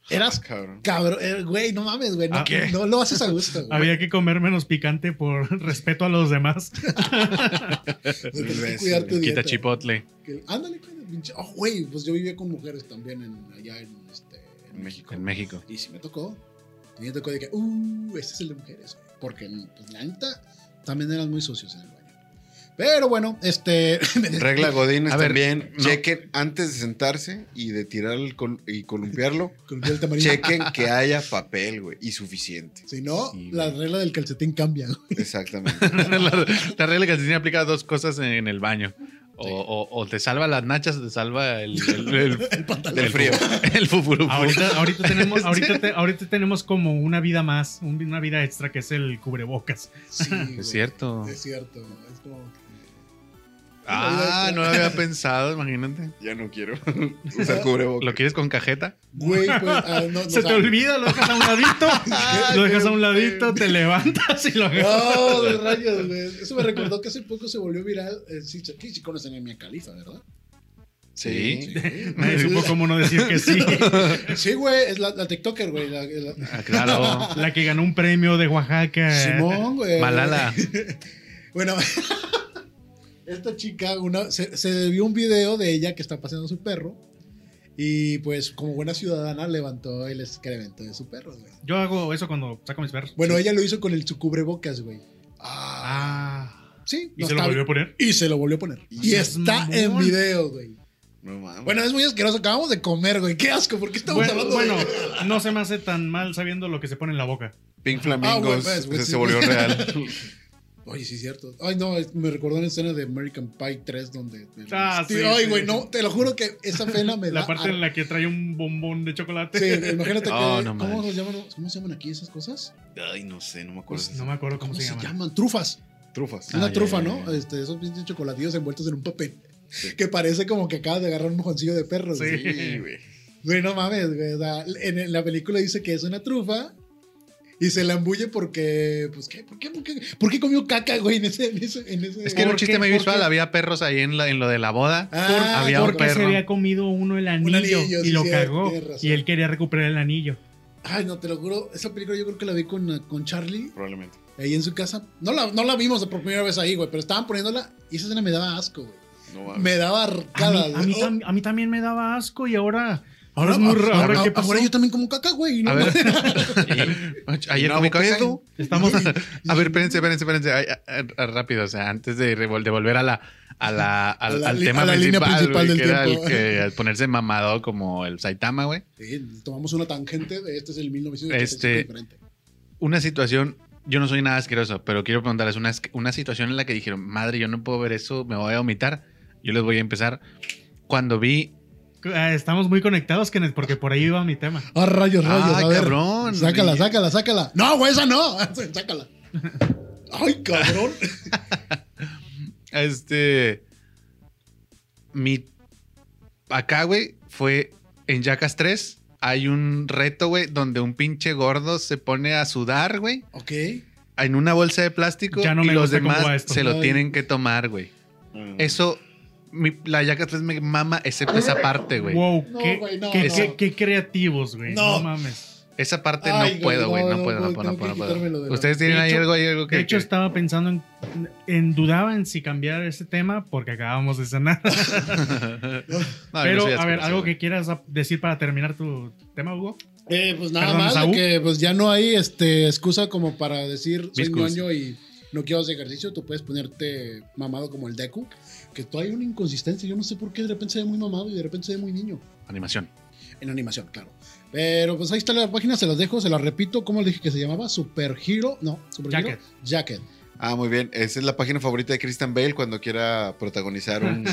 S1: Eras
S4: Cabrón.
S1: cabrón, eh, güey, no mames, güey, no,
S3: Ah, ¿qué?
S1: no lo haces a gusto, güey.
S3: Había que comer menos picante por <laughs> respeto a los demás.
S1: Tienes que
S4: Ves,
S1: cuidar tu dieta.
S2: Quita chipotle.
S1: Que- Ándale, cuida, pinche. Oh, güey, pues yo vivía con mujeres también en, allá en, este, en
S4: En
S1: México.
S2: En México. <laughs>
S1: Y si me tocó. Y me tocó de que, uh, este es el de mujeres, güey. Porque, pues, la neta, también eran muy sucios en el baño. Pero bueno, este. <laughs> me des-
S4: Regla Godínez
S2: A ver,
S4: también.
S2: no.
S4: Chequen antes de sentarse y de tirar el col- y columpiarlo.
S1: con el tamarindo.
S4: chequen que haya papel, güey. Y suficiente.
S1: Si no,
S4: Sí,
S1: la
S4: güey.
S1: regla del calcetín cambia. güey.
S3: <laughs>
S4: Exactamente.
S2: la, la regla que se aplica a dos cosas en el baño. O, o- o te salva las nachas o te salva el,
S4: <laughs>
S2: el, el-
S1: El pantalón.
S2: el frío. <laughs> El
S1: <laughs>
S2: fufurufu.
S3: Ahorita, ahorita, tenemos, ahorita, te- ahorita tenemos como una vida más, un- una vida extra que es el cubrebocas.
S1: Sí, güey.
S2: Es cierto.
S1: Es cierto. Es como que-
S2: Ah, no lo había pensado, imagínate.
S4: ya no
S3: <laughs>
S4: quiero usar cubrebocas.
S2: ¿Lo quieres con cajeta?
S1: Güey, pues. ah, no, no
S3: Se te
S1: sabe.
S3: olvida, lo dejas a
S1: <laughs>
S3: un ladito, lo dejas a un
S4: qué
S3: ladito, te levantas y lo agarras.
S1: No, de rayos, güey. Eso me recordó que hace poco se volvió viral. eh, sí, sí, sí conocen a Mia Califa, ¿verdad?
S2: Sí.
S3: <laughs> Nadie supo cómo no decir
S1: <laughs>
S3: que sí.
S1: Sí, güey, es la, la TikToker, güey. la- la-
S2: Ah, claro.
S3: La que ganó un premio de Oaxaca.
S1: Simón, güey.
S2: Malala.
S1: <laughs> Bueno, <laughs> esta chica una, se, se vio un video de ella que está paseando su perro. Y pues, como buena ciudadana, levantó el excremento de su perro, güey.
S3: Yo hago eso cuando saco mis perros.
S1: Bueno,
S3: Sí.
S1: ella lo hizo con el su cubrebocas, güey.
S3: Ah.
S1: Sí,
S3: ¿Y
S1: no
S3: se lo
S1: está-
S3: volvió a poner?
S1: y se lo volvió a poner.
S4: Y
S1: Y,
S3: es
S1: está
S3: mamón.
S1: en video, güey.
S4: No mames.
S1: Bueno, es muy asqueroso. Acabamos de comer, güey. Qué asco, ¿por qué estamos
S3: Bueno,
S1: hablando
S3: bueno,
S1: de <laughs>
S3: no se me hace tan mal sabiendo lo que se pone en la boca.
S4: Pink
S1: Ah, güey,
S4: Flamingos
S1: pues, güey,
S4: se,
S1: sí.
S4: se volvió real.
S1: Oye, sí, es cierto. Ay, no, es- me recordó una escena de American Pie 3 donde.
S3: Ah,
S1: Sí,
S3: sí,
S1: Ay,
S3: sí,
S1: güey,
S3: sí.
S1: no, te lo juro que esa pena me da.
S3: La parte en la que trae un bombón de chocolate. <laughs>
S1: Sí, imagínate que.
S2: Oh, no
S1: ¿cómo, nos
S2: manches.
S1: llaman, ¿Cómo se llaman aquí esas cosas?
S4: Ay, no sé, no me acuerdo.
S3: Pues, no me acuerdo
S1: ¿Cómo,
S3: cómo,
S1: se,
S3: se, llama.
S1: llaman? Trufas.
S4: Trufas.
S2: Ah,
S1: una
S2: ya,
S1: trufa,
S2: ya,
S1: ¿no?
S2: ya, ya.
S1: Este, esos pinches chocolatillos envueltos en un papel.
S4: Sí.
S1: Que parece como que acabas de agarrar un mojoncillo de perro.
S3: Sí.
S1: güey.
S4: Sí, güey.
S1: Güey, no mames, güey. o sea, en, en la película dice que es una trufa. Y se la embulle porque. Pues, ¿qué? ¿Por qué? ¿Por qué, ¿Por qué comió caca, güey? En ese. En ese, en ese
S2: Es que era un
S3: ¿Por qué?
S2: chiste muy
S3: ¿Por
S2: visual.
S3: qué?
S2: Había perros ahí en, la- en lo de la boda.
S1: Ah,
S2: había un
S1: claro.
S3: Porque se
S2: perro.
S3: había comido uno el anillo,
S1: anillo,
S3: y
S1: sí,
S3: lo
S1: sí,
S3: cagó.
S1: tienes razón.
S3: Y él quería recuperar el anillo.
S1: Ay, no, te lo juro. Esa película yo creo que la vi con, con Charlie
S4: Probablemente.
S1: ahí en su casa. No la, no la vimos por primera vez ahí, güey, pero estaban poniéndola y esa escena me daba asco, güey.
S4: No mames.
S1: Me daba
S3: A mí,
S1: arcada. Oh,
S3: a mí tam- a mí también me daba asco y ahora. Ahora es
S1: muy
S3: muy raro. Ahora, ¿qué pasó?
S1: yo también como caca, güey. ¿no? pues,
S2: A <laughs> ver. Ayer
S4: No
S2: comí
S4: hago
S2: caca.
S4: pedo.
S1: <laughs>
S3: Estamos.
S2: A ver, espérense, espérense, espérense. Ay, a- a- a- rápido, o sea, antes de revol- de volver a la, a la, al-
S1: A la
S2: al
S1: li-
S2: tema
S1: a la línea principal
S2: principal, güey,
S1: del
S2: que era el
S1: tiempo. <laughs>
S2: que al ponerse mamado como el Saitama, güey.
S1: Sí, tomamos una tangente de este es el 1985
S2: Este-
S1: diferente.
S2: Una situación, yo no soy nada asqueroso, pero quiero preguntarles una, asque- una situación en la que dijeron, madre, yo no puedo ver eso, me voy a vomitar. Yo les voy a empezar. Cuando vi.
S3: ah, Estamos muy conectados, Kenneth, porque por ahí iba mi tema.
S1: Ah, rayos, rayos.
S2: ¡Ay,
S1: a ver.
S2: cabrón!
S1: Sácala,
S2: Y-
S1: sácala, sácala. No, güey, esa no. <laughs> sácala. Ay,
S2: <laughs>
S1: cabrón.
S2: Este. Mi. Acá, güey, fue en Jackass 3. Hay un reto, güey, donde un pinche gordo se pone a sudar, güey,
S1: ok.
S2: en una bolsa de plástico
S3: Ya no
S2: y
S3: me
S2: los
S3: gusta cómo va
S2: demás
S3: esto.
S2: se lo
S1: Ay.
S2: tienen que tomar, güey.
S4: Ah.
S2: Eso, mi- la Jackass 3 me mama, excepto esa parte, güey.
S3: Wow,
S1: No,
S3: qué,
S1: güey, no,
S3: qué-
S1: no.
S3: qué- qué creativos, güey.
S1: No.
S3: No. mames.
S2: Esa parte
S1: Ay, güey,
S2: no puedo, güey.
S1: no,
S2: No,
S1: no
S2: puedo, no
S1: puedo,
S2: puedo, no
S1: tengo
S2: puedo.
S1: que
S2: no puedo.
S1: quitármelo de la-
S2: Ustedes tienen
S3: De
S2: ahí
S3: hecho-
S2: algo, hay algo que.
S3: De hecho, <laughs>
S2: que-
S3: estaba pensando en, en- Dudaba en si cambiar ese tema porque acabamos de cenar.
S2: Ah, No, yo no
S3: Pero,
S2: soy
S3: a ver,
S2: asqueroso,
S3: algo
S2: güey.
S3: que quieras decir para terminar tu tema, Hugo.
S1: Eh, pues nada
S3: Perdón,
S1: más, de
S3: Saúl.
S1: que pues ya no hay este excusa como para decir soy
S2: Biscuits.
S1: ñoño y no quiero hacer ejercicio. Tú puedes ponerte mamado como el Deku, que todavía hay una inconsistencia. Yo no sé por qué de repente se ve muy mamado y de repente se ve muy niño.
S2: Animación.
S1: En animación, claro. Pero pues ahí está la página, se las dejo, se las repito. ¿Cómo le dije que se llamaba? Super Hero, no, Super Hero.
S3: Jacket.
S1: Jacket.
S4: Ah, muy bien. Esa es la página favorita de Christian Bale cuando quiera protagonizar
S3: <laughs>
S4: un-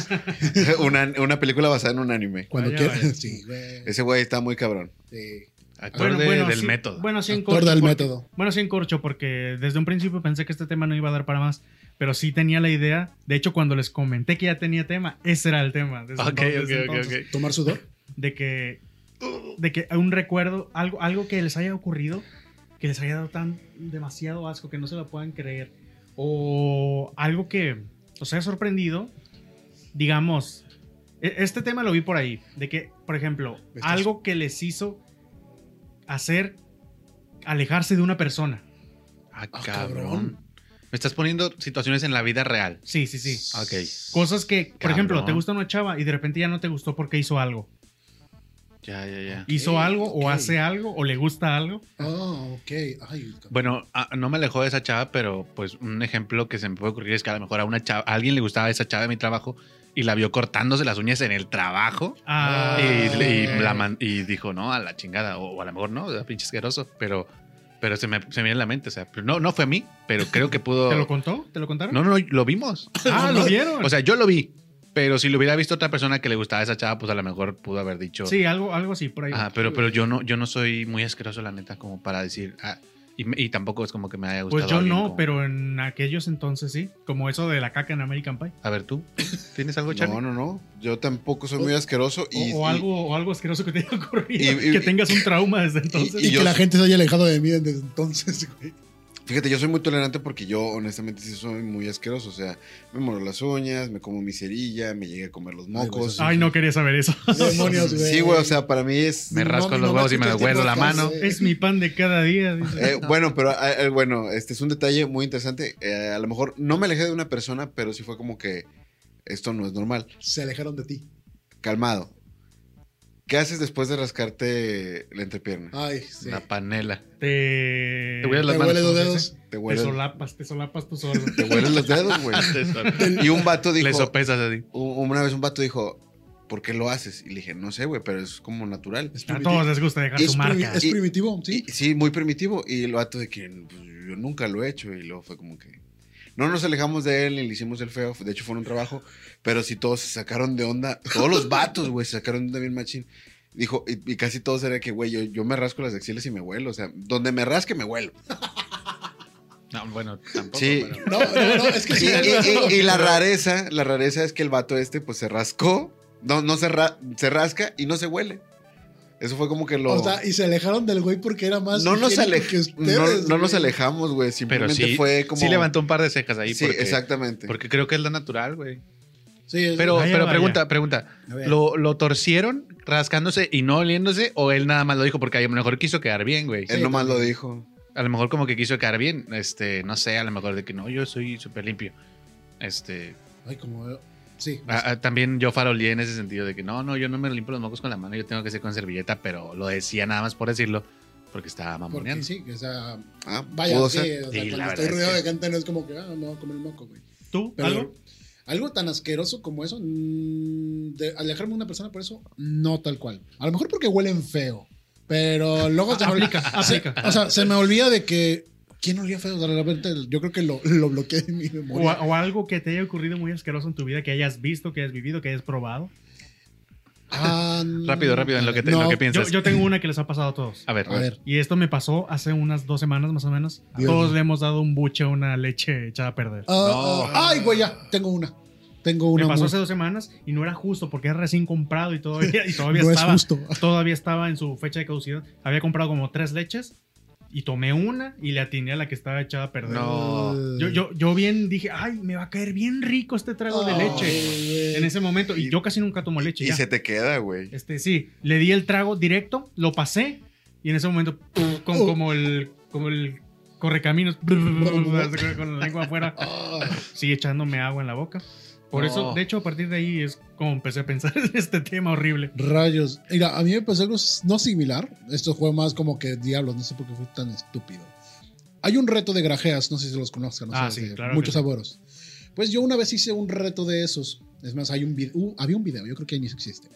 S4: una, una película basada en un anime.
S1: Cuando
S3: Vaya,
S1: quieras. <laughs>
S3: vaya.
S1: Sí, güey. este,
S4: Ese güey está muy cabrón.
S1: Sí.
S2: Actor
S3: Bueno,
S2: de-
S3: bueno,
S2: del
S3: sí-
S2: método.
S3: Bueno, sí,
S1: Actor
S3: encorcho,
S1: del
S3: porque-
S1: método.
S3: Bueno, sí, encorcho, porque desde un principio pensé que este tema no iba a dar para más. Pero sí tenía la idea. De hecho, cuando les comenté que ya tenía tema, ese era el tema. desde
S2: ok,
S3: entonces-
S2: ok,
S3: desde
S2: ok,
S3: entonces.
S2: ok.
S1: Tomar sudor.
S3: De que. De que un recuerdo, algo, algo que les haya ocurrido, que les haya dado tan demasiado asco que no se lo puedan creer. O algo que os haya sorprendido. Digamos. e- Este tema lo vi por ahí. De que, por ejemplo,
S1: Estás-
S3: algo que les hizo hacer alejarse de una persona.
S2: Ah,
S1: Ah,
S2: cabrón.
S1: cabrón.
S2: Me estás poniendo situaciones en la vida real.
S3: Sí, sí, sí.
S2: Ok.
S3: Cosas que, por ejemplo,
S2: Cabrón.
S3: te gusta una chava y de repente ya no te gustó porque hizo algo.
S2: Ya, ya, ya.
S3: ¿Hizo
S1: Ok,
S3: algo o
S1: ok.
S3: hace algo o le gusta algo?
S1: Oh, ok. Ay, cabrón.
S2: Bueno, a- no me alejó de esa chava, pero pues un ejemplo que se me puede ocurrir es que a lo mejor a una chava, a alguien le gustaba esa chava de mi trabajo y la vio cortándose las uñas en el trabajo.
S3: Ah,
S2: Y, le- y
S3: ok.
S2: la man- y dijo, no, a la chingada. O, o a lo mejor no, a pinche asqueroso. Pero, pero se, me, se me viene en la mente. O sea, no, no fue a mí, pero creo que pudo.
S3: ¿Te lo contó? ¿Te lo contaron?
S2: no, no, no, lo vimos.
S3: Ah, lo vieron.
S2: O sea, yo lo vi. Pero si lo hubiera visto otra persona que le gustaba a esa chava, pues a lo mejor pudo haber dicho.
S3: sí, algo, algo así, por ahí.
S2: Ajá, pero, pero yo no, yo no soy muy asqueroso, la neta, como para decir. ah, y, me- y tampoco es como que me haya gustado.
S3: Pues yo
S2: alguien
S3: no,
S2: como-
S3: pero en aquellos entonces sí. Como eso de la caca en American Pie.
S2: A ver, tú. ¿Tienes algo, Charlie?
S4: No, no, no. Yo tampoco soy muy asqueroso.
S3: O,
S4: Y,
S3: o algo, o algo asqueroso que te haya ocurrido.
S4: Y- y-
S3: que tengas un trauma desde entonces.
S1: y,
S4: y
S1: que
S4: yo-
S1: la gente se haya alejado de mí desde entonces, <laughs>
S4: <laughs>
S1: güey.
S4: y fíjate, yo soy muy tolerante porque yo honestamente sí soy muy asqueroso. O sea, me muero las uñas, me como mi cerilla, me llegué a comer los
S1: güey,
S4: mocos.
S1: eso
S3: Ay, no quería saber eso.
S1: Demonios, güey.
S4: Sí, güey, o sea, para mí es...
S2: Me rasco los huevos y me
S1: escuchas
S2: huelo
S1: este
S2: la
S1: podcast,
S2: mano.
S1: güey.
S3: Es mi pan de cada día. dice.
S4: Eh, bueno, pero eh, eh, bueno, este es un detalle muy interesante. Eh, a lo mejor no me alejé de una persona, pero sí fue como que esto no es normal.
S1: Se alejaron de ti.
S4: Calmado. ¿Qué haces después de rascarte la entrepierna?
S1: Ay, sí.
S2: La
S4: <laughs>
S2: panela.
S3: Te,
S2: Te voy a
S1: Te
S2: las
S1: huele
S2: manos.
S1: los
S3: ¿cómo se
S1: dedos.
S4: Te
S3: te
S4: hueles,
S3: solapas, te solapas tú solo.
S4: te hueles los dedos, güey. Y un vato
S2: <laughs> Le
S4: dijo,
S2: sopesas así.
S4: u- una vez un vato dijo, ¿por qué lo haces? Y le dije, no sé, güey, pero es como natural.
S1: Es
S3: A
S1: primitivo.
S3: todos les gusta dejar
S1: Es
S3: su
S1: primi-
S3: marca.
S1: Es
S4: Y-
S1: primitivo,
S4: Y-
S1: sí.
S4: Sí, muy primitivo. Y el vato de que pues, yo nunca lo he hecho. Y luego fue como que. No nos alejamos de él ni le hicimos el feo. De hecho, fue un trabajo. Pero sí, todos se sacaron de onda. Todos los vatos, güey, se sacaron de onda bien machín. Dijo, y, y casi todos era que, güey, yo, yo me rasco las axilas y me huelo. O sea, donde me rasque, me huelo.
S2: No, bueno, tampoco.
S4: Sí.
S2: pero-
S1: No, no, no, es que <laughs> sí.
S4: <laughs> Y, y- y- y la rareza, la rareza es que el vato este, pues se rascó. No, no se, ra- se rasca y no se huele. Eso fue como que lo.
S1: O sea, y se alejaron del güey porque era más.
S4: no nos,
S1: higiénico
S4: alej-
S1: que ustedes,
S4: no, no nos
S1: güey.
S4: alejamos, güey.
S2: Pero
S4: Simplemente
S2: sí,
S4: fue como.
S2: sí levantó un par de cejas ahí.
S4: sí,
S2: porque,
S4: exactamente.
S2: Porque creo que es la natural, güey.
S1: Sí, es-
S2: Pero,
S3: Vaya,
S2: pero
S3: vaya.
S2: pregunta, pregunta.
S1: A ver.
S2: ¿Lo, ¿Lo torcieron rascándose y no oliéndose? ¿O él nada más lo dijo porque a lo mejor quiso quedar bien, güey?
S4: Él
S1: Sí,
S4: nomás
S1: también.
S4: lo dijo.
S2: A lo mejor como que quiso quedar bien. Este, no sé, a lo mejor de que no, yo soy súper limpio. Este,
S1: Ay, como. Sí.
S2: a- a- también yo farolé en ese sentido de que no, no, yo no me limpio los mocos con la mano, yo tengo que ser con servilleta, pero lo decía nada más por decirlo porque estaba
S1: Porque
S2: mamoneando.
S1: sí, o sea,
S4: Ah,
S1: vaya,
S4: pudo
S1: sí, eh,
S4: ser.
S1: o sea,
S2: Sí,
S1: cuando
S2: la
S1: estoy
S2: verdad es
S1: rodeado
S2: que-
S1: de gente no es como que, ah, me voy a comer un moco, güey.
S3: ¿Tú?
S1: Pero <laughs>
S3: ¿Algo?
S1: algo tan asqueroso como eso, mm, de alejarme de una persona por eso, no tal cual. A lo mejor porque huelen feo, pero luego
S2: <laughs>
S1: se, me olvida-
S3: Aplica,
S1: se-
S3: Ah, aplica.
S1: o sea, se me olvida de que quién olía feo. O sea, de repente yo creo que lo, lo bloqueé de mi
S3: O,
S1: memoria.
S3: o algo que te haya ocurrido muy asqueroso en tu vida, que hayas visto, que hayas vivido, que hayas probado.
S1: Ah, no.
S2: <laughs> Rápido, rápido, en lo que, te- en
S1: No,
S2: lo que
S3: Yo,
S2: piensas.
S3: yo
S2: <clears throat>
S3: tengo una que les ha pasado a todos.
S2: a ver,
S1: A ver,
S3: Y esto me pasó hace unas dos semanas más o menos. A
S1: Dios.
S3: todos le hemos dado un buche a una leche echada a perder.
S1: Ah, ah, ay, güey, ya, tengo una. Tengo una.
S3: me pasó
S1: muy-
S3: hace dos semanas y no era justo porque era recién comprado y todavía,
S1: <laughs>
S3: y todavía
S1: no
S3: estaba.
S1: es justo.
S3: Todavía estaba en su fecha de caducidad. Había comprado como tres leches y tomé una y le atiné a la que estaba echada a perder.
S2: No.
S3: Yo, yo, yo bien dije, ay, me va a caer bien rico este trago de
S1: Ay,
S3: leche.
S1: Ah, güey.
S3: En ese momento, y, yo casi nunca tomo leche.
S4: Y
S3: ya.
S4: se te queda, güey.
S3: Este, sí, le di el trago directo, lo pasé y en ese momento, ¡pum! con-
S1: Oh.
S3: como el, como el correcaminos, con la lengua afuera,
S1: Ah.
S3: sigue echándome agua en la boca. Por
S2: No.
S3: eso, de hecho, a partir de ahí es como empecé a pensar <laughs> en este tema horrible.
S1: Rayos. Mira, a mí me pasó algo no similar. Esto fue más como que diablos, no sé por qué fui tan estúpido. Hay un reto de grajeas, no sé si los conozcan. o sea,
S3: Ah, sí,
S1: de
S3: claro que
S1: Muchos
S3: sí.
S1: sabores. Pues yo una vez hice un reto de esos. Es más, hay un vid- uh, había un video, yo creo que ni existe.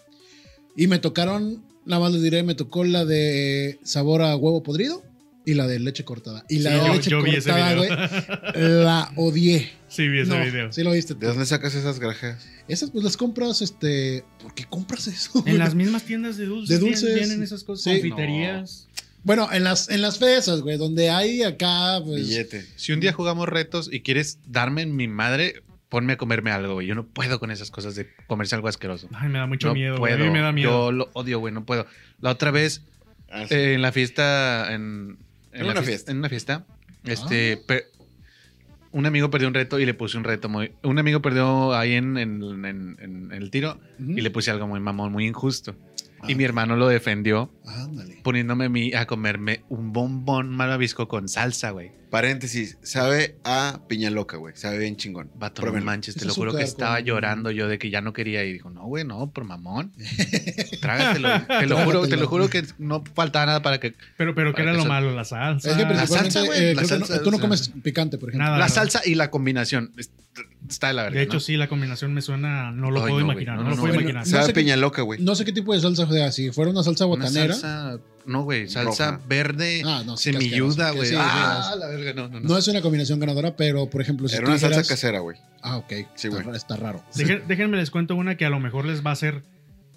S1: Y me tocaron, nada más les diré, me tocó la de sabor a huevo podrido y la de leche cortada. Y la
S3: Sí,
S1: de
S3: yo-
S1: leche
S3: yo vi ese
S1: cortada, güey,
S3: video.
S1: la odié.
S3: <laughs> Sí, <laughs> vi ese
S1: No,
S3: video.
S1: Sí lo viste. tú.
S4: ¿De dónde sacas esas grajeas?
S1: Esas pues las compras, este... ¿Por qué compras eso? güey?
S3: En las mismas tiendas de dulces,
S1: De
S3: vien-
S1: dulces.
S3: vienen esas cosas,
S1: Sí.
S3: confiterías.
S1: Bueno, en las, en las fresas, güey, donde hay acá, pues.
S4: Billete.
S2: si un día jugamos retos y quieres darme en mi madre, ponme a comerme algo, güey. Yo no puedo con esas cosas de comerse algo asqueroso.
S3: Ay, me da mucho
S2: no
S3: miedo, güey.
S2: puedo.
S3: A mí me da miedo.
S2: Yo lo odio, güey, no puedo. La otra vez
S4: Ah, sí.
S2: Eh, en la fiesta. En,
S4: En
S2: la
S4: una
S2: fies-
S4: fiesta.
S2: En una fiesta. Este. pe- un amigo perdió un reto y le puse un reto muy. Un amigo perdió ahí en, en- en- en- en el tiro
S1: Ujú.
S2: y le puse algo muy mamón, muy injusto. Y mi hermano lo defendió
S1: Ándale.
S2: poniéndome a mí a comerme un bombón malvavisco con salsa, güey.
S4: Paréntesis, sabe a piña loca, güey. Sabe bien chingón.
S2: Vato, no
S4: Pruébelo.
S2: manches, te
S1: Es
S2: lo juro que
S1: azúcar
S2: estaba
S1: con-
S2: llorando yo de que ya no quería y dijo, no, güey, no, por mamón. Trágatelo, te lo juro, te
S1: Trágatelo.
S2: lo juro que no faltaba nada para que...
S3: Pero, pero ¿qué
S2: Para
S3: era
S2: que
S3: lo
S2: se-
S3: malo? Ah, La salsa.
S1: es que
S2: la
S1: principalmente,
S2: salsa, güey,
S1: eh,
S2: la
S1: creo que no-
S2: salsa,
S1: tú no
S2: o sea,
S1: comes picante, por ejemplo.
S3: Nada.
S2: La
S3: no.
S2: salsa y la combinación es- está de la verga.
S3: de hecho,
S2: ¿no?
S3: sí, la combinación me suena. No lo
S2: Ay,
S3: puedo
S2: no, güey,
S3: imaginar.
S2: no,
S3: No,
S2: no,
S3: lo
S2: no,
S3: puedo
S2: güey.
S3: imaginar.
S4: Sabe
S1: sé
S4: a
S1: qué-
S4: piña loca, güey.
S1: No sé qué tipo de salsa, o sea, si fuera una salsa
S2: Una
S1: botanera.
S2: salsa- no, güey, salsa
S4: Roja.
S2: verde,
S1: Ah, no, sí, casquerosa,
S2: semilluda,
S1: que
S2: güey.
S1: sí, sí,
S2: ah,
S1: es-
S2: la verga, no, no, no.
S1: No es una combinación ganadora, pero por ejemplo, Pues, si
S4: Era
S1: tú
S4: una salsa
S1: dijeras-
S4: casera, güey.
S1: Ah, ok.
S4: Sí,
S1: está,
S4: güey.
S1: está raro.
S3: Dejen- déjenme les cuento una que a lo mejor les va a hacer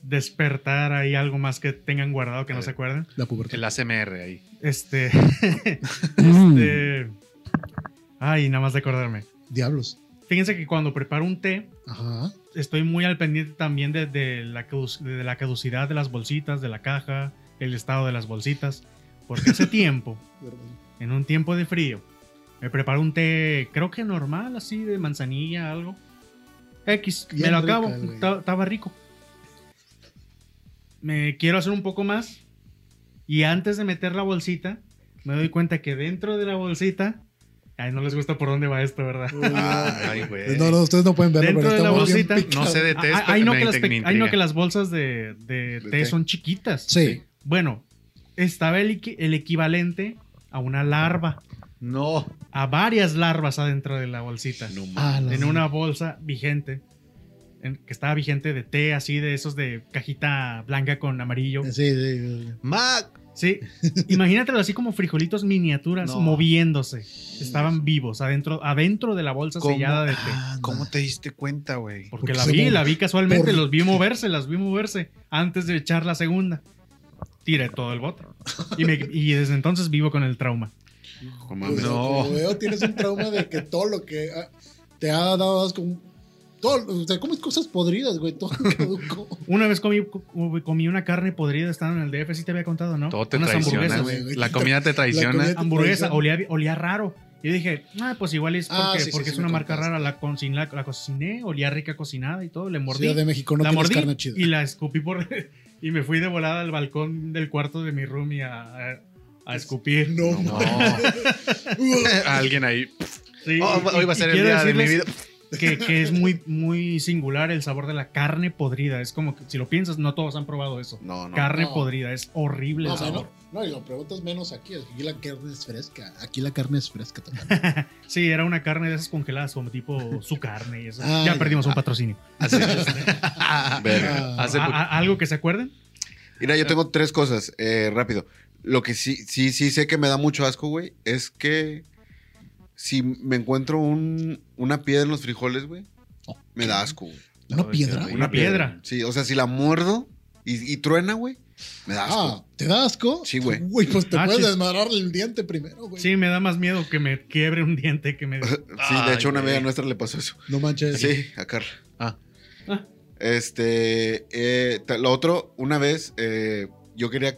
S3: despertar ahí algo más que tengan guardado que
S2: A
S3: no
S2: ver.
S3: se acuerden.
S1: La pubertad.
S2: El ACMR ahí. <laughs>
S3: Este.
S1: Mm,
S3: eh, ay, nada más de acordarme.
S1: Diablos.
S3: Fíjense que cuando preparo un té,
S1: Ajá.
S3: estoy muy al pendiente también de, de la, caduc- de la caducidad de las bolsitas, de la caja, el estado de las bolsitas. Porque hace <laughs> tiempo, en un tiempo de frío, me preparo un té, creo que normal, así de manzanilla, algo. X, me
S1: Bien
S3: lo
S1: rica,
S3: acabo,
S1: güey.
S3: ta- estaba rico. Me quiero hacer un poco más. Y antes de meter la bolsita, me doy cuenta que dentro de la bolsita. Ay, no les gusta por dónde va esto, ¿verdad?
S2: Ay, güey.
S1: No, no, ustedes no pueden verlo,
S3: Dentro
S1: pero
S3: de la
S1: estamos bien
S3: bolsita.
S1: picados.
S2: No sé de test,
S3: Ah, Hay no,
S2: me-
S3: que las
S2: me
S3: pe- ay, no
S2: intriga.
S3: que las bolsas de, de
S4: De
S3: té
S4: té.
S3: son chiquitas.
S1: Sí.
S3: Bueno, estaba el, equi- el equivalente a una larva,
S2: No.
S3: a varias larvas adentro de la bolsita.
S1: Ah, la-
S3: en una bolsa vigente, en- que estaba vigente de té, así de esos de cajita blanca con amarillo.
S1: Sí, sí. sí.
S2: Mac.
S3: Sí, imagínatelo así como frijolitos miniaturas
S2: No.
S3: moviéndose. Estaban vivos adentro, adentro de la bolsa
S2: ¿Cómo? Ah,
S3: sellada de té.
S1: Anda.
S2: ¿Cómo te diste cuenta, güey?
S3: Porque
S1: Porque
S3: la
S1: se
S3: vi,
S1: move.
S3: la vi casualmente,
S1: Por-
S3: los vi moverse, las vi moverse antes de echar la segunda. Tiré todo el bote. Y, me- y desde entonces vivo con el trauma.
S4: No
S1: Pues,
S4: mames.
S2: No.
S1: como veo, tienes un trauma de que todo lo que ah, te ha dado asco. Todo, o sea, comes cosas podridas, güey. Todo caduco.
S3: Una vez comí, co- comí una carne podrida, estaba en el DF, sí te había contado, ¿no?
S2: Todo te
S3: Unas
S2: traiciona,
S3: hamburguesas.
S2: güey.
S1: güey.
S2: La comida te
S1: La
S3: <laughs>
S2: traiciona.
S1: comida-
S3: Hamburguesa, olía, olía raro. Yo dije, ah, pues igual es porque,
S1: Ah, sí, sí,
S3: porque
S1: sí,
S3: es
S1: me
S3: una marca
S1: contaste.
S3: rara. La, cocin- la, la cociné, olía rica cocinada y todo, le <laughs> mordí.
S1: Ciudad de México no
S3: la
S1: tienes
S3: mordí
S1: carne chida.
S3: y la escupí por... <laughs> y me fui de volada al balcón del cuarto de mi room y a, a- a escupir.
S1: No,
S2: No.
S1: mames.
S2: Alguien ahí.
S3: Sí,
S2: Oh,
S3: y-
S2: hoy
S3: y-
S2: va a ser
S3: y
S2: el
S3: quiero
S2: día de mi
S3: decirles
S2: vida.
S3: Que, que es muy, muy singular el sabor de la carne podrida. Es como que, si lo piensas, no todos han probado eso.
S4: No, no.
S3: carne
S1: No.
S3: podrida, es horrible <laughs>
S1: No,
S3: el sabor.
S1: menos- no, y lo preguntas menos aquí. Aquí la carne es fresca. Aquí la carne es fresca totalmente.
S3: Sí, era una carne de esas congeladas, como tipo su carne y eso.
S1: Ah,
S3: ya
S1: ya.
S3: perdimos un patrocinio.
S2: Así
S4: Verga.
S1: Ah,
S2: Hace
S3: ¿A-
S2: poco-
S3: a- ¿Algo que se acuerden?
S4: Mira, yo tengo tres cosas, eh, rápido. Lo que sí, sí, sí sé que me da mucho asco, güey, es que si me encuentro un, una piedra en los frijoles, güey, me da asco, güey.
S1: ¿Una piedra?
S2: Ay,
S3: Una piedra.
S4: Sí, o sea, si la muerdo y, y truena, güey, me da
S1: Ah,
S4: asco.
S1: ¿te da asco?
S4: Sí, güey.
S1: Güey, pues te
S3: Ah,
S1: puedes
S3: sí.
S1: desmadrar el diente primero, güey.
S3: Sí, me da más miedo que me quiebre un diente que <laughs> me...
S4: sí, de
S2: Ah. Ay,
S4: hecho, una
S2: güey.
S4: amiga nuestra le pasó eso.
S1: No manches.
S4: Sí, a Carla.
S2: Ah.
S3: Ah.
S4: Este, eh, ta- lo otro, una vez eh, yo quería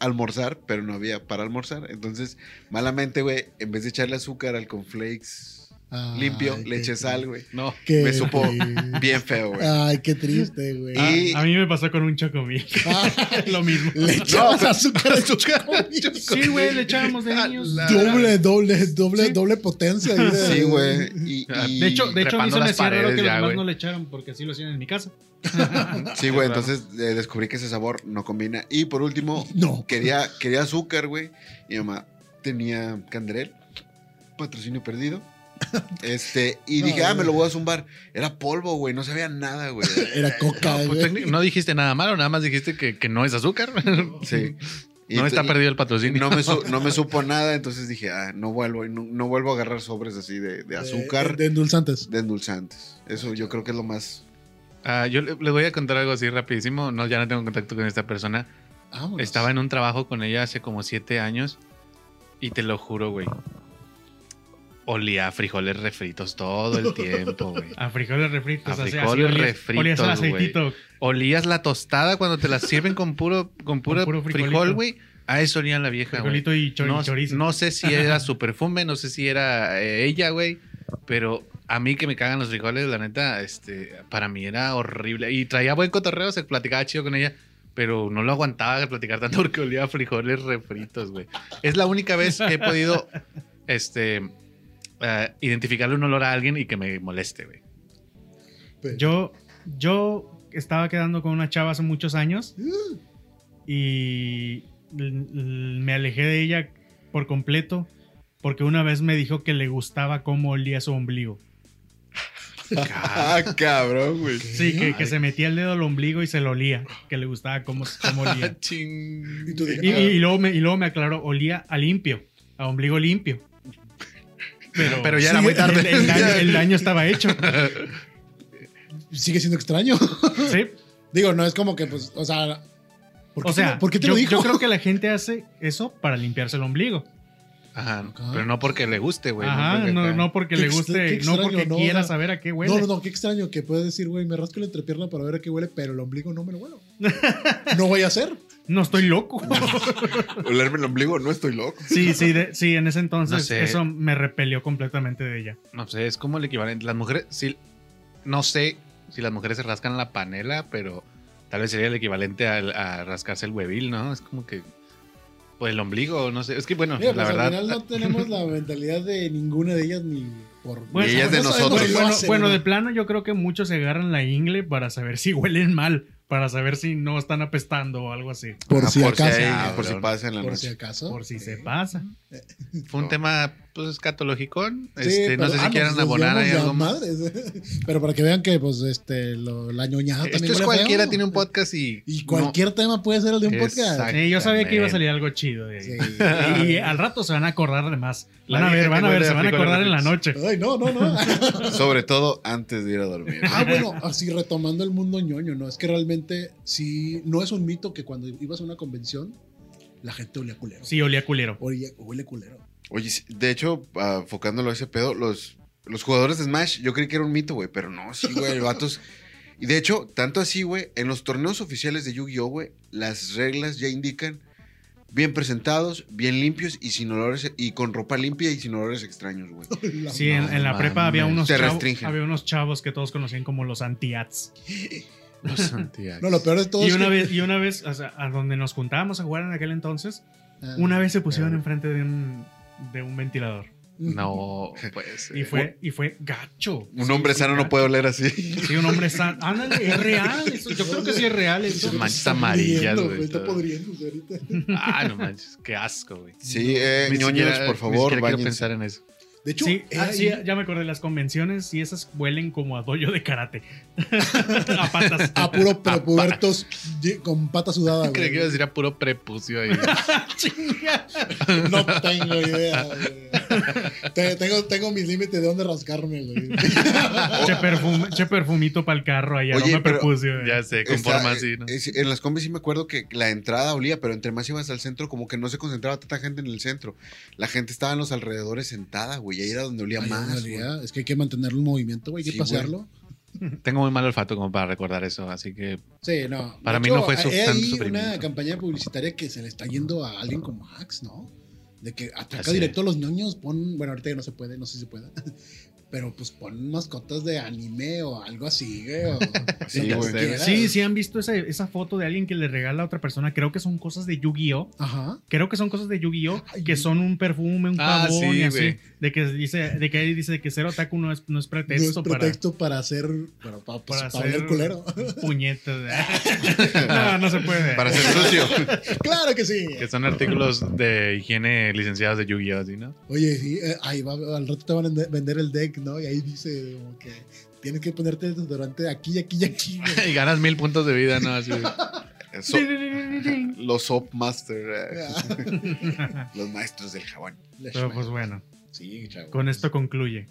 S4: almorzar, pero no había para almorzar. Entonces, malamente, güey, en vez de echarle azúcar al conflakes
S1: Ay,
S4: limpio,
S1: qué Ah,
S4: le eché sal, güey.
S2: No.
S1: triste.
S4: Me supo
S1: triste.
S4: Bien
S1: <laughs>
S4: feo, güey.
S1: Ay, qué triste, güey.
S4: Y-
S3: A mí me pasó con un chocomil. <laughs>
S4: <laughs>
S1: Ah,
S3: Lo mismo. <laughs>
S1: le echabas azúcar a tu comida.
S3: Sí, güey, le echábamos <laughs> de niños.
S1: Doble, doble, doble,
S3: Sí.
S1: doble potencia. ahí de-
S4: Sí, güey. Y,
S2: Ah,
S4: y-
S3: De hecho, de hecho a mí
S2: Trepando
S3: se me
S2: las
S3: hacía raro
S2: paredes
S3: que los
S2: ya,
S3: demás
S2: güey.
S3: no le echaron porque así lo hacían en mi <laughs> casa.
S4: sí, güey. Entonces eh, descubrí que ese sabor no combina. Y por último,
S1: No.
S4: quería, quería azúcar, güey. Mi mamá tenía canderel, patrocinio perdido. Este, y
S1: No,
S4: dije, ah, me
S1: güey.
S4: lo voy a zumbar. Era polvo, güey, no sabía nada, güey.
S1: Era
S2: No,
S1: coca,
S2: pues,
S1: güey.
S2: técnic- no dijiste nada malo, nada más dijiste que, que no es azúcar. <laughs>
S4: Sí. Y
S2: no está
S4: y-
S2: perdido el
S4: y
S2: patrocinio.
S4: No me, su- no me supo nada, entonces dije, ah, no vuelvo, y no, no vuelvo a agarrar sobres así de, de azúcar,
S1: Eh, De,
S4: de,
S1: de endulzantes.
S4: endulzantes. Eso yo creo que es lo más.
S2: Ah, yo le, le voy a contar algo así rapidísimo. No, ya no tengo contacto con esta persona.
S1: Vámonos.
S2: Estaba en un trabajo con ella hace como siete años y te lo juro, güey. Olía a frijoles refritos
S3: <laughs>
S2: todo el tiempo, güey.
S3: A frijoles refritos. así-
S2: A
S3: así
S2: frijoles
S3: olías-
S2: refritos,
S3: olías al
S2: güey. Ah,
S3: aceitito.
S2: Olías la tostada cuando te la sirven con puro, con puro,
S3: puro
S2: frijol,
S3: frijolito.
S2: güey. A eso olía la vieja, güey.
S3: Frijolito y chori-
S2: no,
S3: chorizo.
S2: no sé si era
S3: <laughs>
S2: su perfume, no sé si era eh, ella, güey. Pero a mí que me cagan los frijoles, la neta, este, para mí era horrible. Y traía buen cotorreo, se platicaba chido con ella. pero no lo aguantaba de platicar tanto porque olía a frijoles refritos, güey. Es la única vez que he podido
S3: <laughs>
S2: este, eh, identificarle un olor a alguien y que me moleste, güey.
S3: Yo, yo estaba quedando con una chava hace muchos años y l- l- me alejé de ella por completo porque una vez me dijo que le gustaba cómo olía su ombligo.
S4: <laughs> Ah, cabrón, güey.
S3: Sí, que, que se metía el dedo al ombligo y se lo olía, que le gustaba cómo,
S1: <laughs>
S3: cómo olía.
S2: Ching.
S1: Y tú "Ah,
S3: Y, y-
S1: dijiste,
S3: y luego me, y luego me aclaró, olía a limpio, a ombligo limpio. Pero,
S2: Pero ya
S3: <laughs>
S2: era muy tarde.
S3: El, el daño, el daño estaba hecho.
S1: sigue siendo extraño. <laughs>
S3: Sí.
S1: Digo, no es como que, pues, o sea. ¿Por qué,
S3: O sea,
S1: ¿por qué te
S3: yo,
S1: lo dijo?
S3: yo creo que la gente hace eso para limpiarse el ombligo.
S2: Ajá, pero no porque le guste, güey.
S3: Ajá,
S2: porque
S3: no,
S2: acá-
S3: no porque
S1: Qué
S3: le
S1: ex-
S3: guste,
S1: qué
S3: no porque
S1: extraño, no,
S3: quiera
S1: no.
S3: saber a qué huele.
S1: <laughs> No, no, no, qué extraño que puedes decir, güey, me rasco la entrepierna para ver a qué huele, pero el ombligo no me lo
S3: <laughs>
S1: huelo. No voy a hacer.
S3: No
S1: <laughs>
S3: estoy loco.
S4: Olerme el ombligo, no estoy loco.
S3: sí, sí, de- sí, en ese entonces
S2: No sé.
S3: eso me repelió completamente de ella.
S2: No sé, es como el equivalente. Las mujeres, sí, no sé si las mujeres se rascan la panela, pero tal vez sería el equivalente al- a, rascarse el huevil, ¿no? Es como que. Pues el ombligo, no sé. Es que bueno,
S1: Mira,
S2: la
S1: pues,
S2: verdad.
S1: al final
S3: ah.
S1: no tenemos
S3: <laughs>
S1: la mentalidad de ninguna de ellas ni por.
S3: Bueno,
S1: ni
S3: ellas
S1: por-
S4: de
S1: no sabemos
S4: nosotros.
S1: si lo
S3: Bueno,
S1: hacen,
S3: bueno,
S1: ¿no?
S3: de plano yo creo que muchos se agarran la ingle para saber si huelen mal, para saber si no están apestando o algo así,
S1: Por
S4: Ah,
S1: si acaso.
S4: hay-
S2: Ah,
S4: por si
S2: cabrón.
S4: pasa en la
S1: por si
S4: noche.
S1: acaso.
S3: por si se
S1: Sí.
S3: pasa.
S2: Fue un
S4: No.
S2: tema, pues, escatológico.
S1: Sí,
S2: este, no
S1: pero-
S2: sé si
S1: ah,
S2: quieran
S1: pues, nos llevamos
S2: abonar ahí
S1: ya
S2: algo más.
S1: madres. <laughs> Pero para que vean que, pues, este, lo- la ñoñada también.
S2: Esto es
S1: huele
S2: cualquiera,
S1: feo.
S2: tiene un podcast y.
S1: Y
S2: no-
S1: cualquier tema puede ser el de un podcast.
S2: Exacto.
S3: Sí, yo sabía que iba a
S2: Exactamente.
S3: salir algo chido de ahí.
S1: Sí.
S2: <laughs>
S3: Y al rato se van a acordar de más.
S2: La
S3: Van a
S2: vieja
S3: ver,
S2: que
S3: van a ver,
S2: huele a
S3: se van a
S2: frijoles
S3: acordar en la noche.
S1: Ay, no, no,
S2: <laughs>
S1: no.
S4: <laughs> Sobre todo antes de ir a dormir.
S1: Ah, bueno, así retomando el mundo ñoño, ¿no? Es que realmente sí, no es un mito que cuando ibas a una convención, la gente olía culero.
S3: Sí, olía culero.
S1: Oye, huele culero. <laughs>
S4: Oye, sí, de hecho, ah, enfocándolo a ese pedo, los, los jugadores de Smash, yo creí que era un mito, güey, pero no, sí, güey, el vato es- Y de hecho, tanto así, güey, en los torneos oficiales de Yu-Gi-Oh, güey, las reglas ya indican bien presentados, bien limpios y sin olores, y con ropa limpia y sin olores extraños, <laughs> güey.
S1: La-
S3: Sí, en,
S2: No
S3: en la prepa había
S2: mames.
S3: unos,
S4: Te
S3: chavos,
S4: restringen.
S3: había unos chavos que todos conocían como los antiats.
S2: <laughs> Los antiax.
S1: No, lo peor de todo
S3: Y
S1: es
S3: una
S1: que-
S3: vez, y una vez, o sea, a donde nos juntábamos a jugar en aquel entonces,
S1: Ah.
S3: una vez se pusieron
S2: claro.
S3: enfrente de un, de un ventilador.
S1: <laughs>
S2: No, pues.
S3: Y fue, y fue gacho.
S4: Un
S3: Sí,
S4: hombre
S3: sí,
S4: sano
S3: gacho.
S4: no puede oler <laughs> así.
S3: Sí, un hombre sano. Ándale, es real. eso- yo creo que sí es real. eso.
S2: manchas
S1: Está
S2: amarillas,
S1: podriendo,
S2: güey,
S1: Está
S2: todo.
S1: podriéndose ahorita.
S2: <laughs> Ah, no manches, qué asco, güey.
S4: Sí, eh,
S2: Ni
S4: ñoños,
S2: siquiera-
S4: por
S2: Ni
S4: favor,
S2: siquiera quiero
S4: váyanse.
S2: pensar en eso.
S1: De hecho,
S3: Sí,
S1: eh,
S3: ah, sí,
S1: ahí-
S3: ya me acordé, las convenciones y esas huelen como a doyo de karate. <laughs> a patas.
S2: ah.
S1: a
S2: <laughs>
S1: puro prepubertos ye- con pata sudada,
S2: Creí
S1: güey.
S2: que iba a decir a puro
S1: <laughs>
S2: prepucio ahí.
S3: Chinga.
S1: No tengo idea, güey. Te- Tengo, tengo mis límites de dónde rascarme,
S4: <laughs>
S1: güey.
S3: che, perfum- che perfumito para el carro
S4: Oye,
S3: ahí, aroma
S4: pero-
S3: perpucio.
S2: ya sé, con forma
S4: Está- e
S1: eh,
S2: así, ¿no?
S4: es- en las combis sí me acuerdo que la entrada olía, pero entre más ibas al centro, como que no se concentraba tanta gente en el centro. La gente estaba en los alrededores sentada, güey. Ahí era donde olía
S1: Ay,
S4: más.
S1: güey,
S4: güey.
S1: ya, Es que hay que mantenerlo en movimiento, güey. Hay que
S4: Sí, güey.
S1: pasearlo.
S2: Tengo muy mal olfato como para recordar eso, así que
S4: <laughs>
S1: Sí, no.
S2: Para
S1: De
S2: mí no fue su-
S1: hay
S2: tan
S1: ahí una
S2: sufrimiento.
S1: campaña publicitaria que se le está yendo a alguien como Axe, ¿no? De que ataca
S2: Así
S1: directo a los niños, pon. Bueno, ahorita ya no se puede, no sé si se pueda. <laughs> Pero pues pon mascotas de anime o algo así, güey.
S2: <laughs>
S1: o
S4: Sí,
S1: lo que
S4: güey.
S1: quieras.
S3: Sí, sí han visto esa, esa foto de alguien que le regala a otra persona. Creo que son cosas de Yu-Gi-Oh!
S1: Ajá.
S3: Creo que son cosas de Yu-Gi-Oh!
S1: Ay,
S3: que son un perfume, un
S2: Ah,
S3: jabón
S2: sí,
S3: y así.
S2: güey.
S3: De que dice, de que ahí dice que cero otaku no es, no es
S1: No es
S3: pretexto,
S1: pretexto para hacer. Bueno, para, pues,
S3: Para
S1: para
S3: hacer-
S1: oler
S3: <laughs>
S1: culero. <laughs>
S3: para puñetas. no, no se puede.
S4: Para ser sucio. <laughs>
S1: claro que sí.
S2: que son artículos de higiene licenciados de Yu-Gi-Oh,
S4: <laughs>
S2: así, ¿no?
S1: Oye, sí, eh, ahí va, al rato te van a vende- vender el deck, ¿no? Y ahí dice como que tienes que ponerte desodorante aquí, aquí y aquí. güey.
S3: <laughs>
S2: y ganas mil puntos de vida, ¿no? Así,
S4: So- los soap master. eh,
S1: Ah.
S4: <laughs> los maestros del jabón.
S3: Pero pues bueno,
S1: Sí, chavo.
S3: con esto concluye.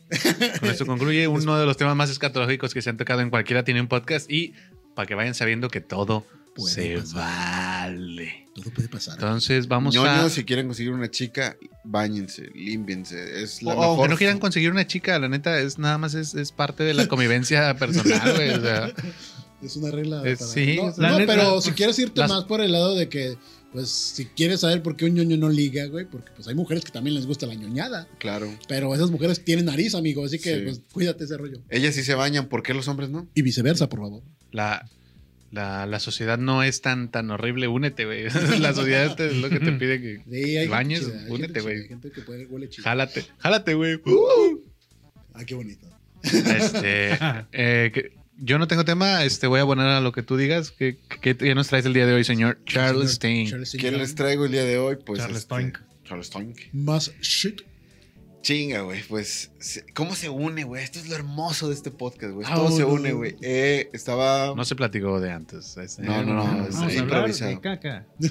S2: con esto concluye uno de los temas más escatológicos que se han tocado en cualquiera tiene un podcast y para que vayan sabiendo que todo
S1: Puede
S2: se
S1: pasar.
S2: vale.
S1: Todo puede pasar.
S2: Entonces vamos
S4: Ñoños,
S2: a...
S4: si quieren conseguir una chica, bañense, límpiense. Es la
S2: O-
S4: mejor.
S2: aunque Oh, no quieran conseguir una chica, la neta, es nada más es, es parte de
S4: <laughs>
S2: la convivencia personal, güey. o sea,
S1: Es una regla.
S2: Eh,
S1: para-
S2: sí,
S1: no,
S3: la
S1: no,
S3: neta,
S1: pero
S3: pues,
S1: si quieres irte
S2: las-
S1: más por el lado de que, pues, si quieres saber por qué un ñoño no liga, güey, porque pues hay mujeres que también les gusta la ñoñada,
S4: Claro.
S1: pero esas mujeres tienen nariz, amigo, así que
S4: Sí.
S1: pues cuídate ese rollo.
S4: Ellas sí se bañan, ¿por qué los hombres no?
S1: Y viceversa, por favor.
S2: la, La, la sociedad no es tan, tan horrible, únete, güey. <laughs> La sociedad te- es lo que te pide que
S1: Sí, hay
S2: Bañes,
S1: gente chida, hay gente
S2: únete,
S1: chida,
S2: güey.
S1: hay gente que puede huele chido.
S2: jálate, jálate, güey. Uh.
S1: Ah, qué bonito.
S2: Este, eh, que- yo no tengo tema, este voy a poner a lo que tú digas. ¿Qué, qué, qué nos traes el día de hoy, señor Charles Stein?
S1: Charles Stein.
S4: ¿Quién les traigo el día de hoy? Pues
S3: Charles
S4: este,
S3: Toink.
S4: Charles Toink.
S1: Más shit.
S4: Chinga, güey. Pues, se- ¿cómo se une, güey? Esto es lo hermoso de este podcast, güey.
S1: Ah,
S4: Todo se
S1: no.
S4: une, güey. Eh, estaba.
S2: No se platicó de antes. este,
S4: No, no, no,
S3: Vamos a
S4: sí,
S3: hablar
S4: improvisado.
S3: de caca.
S1: Y,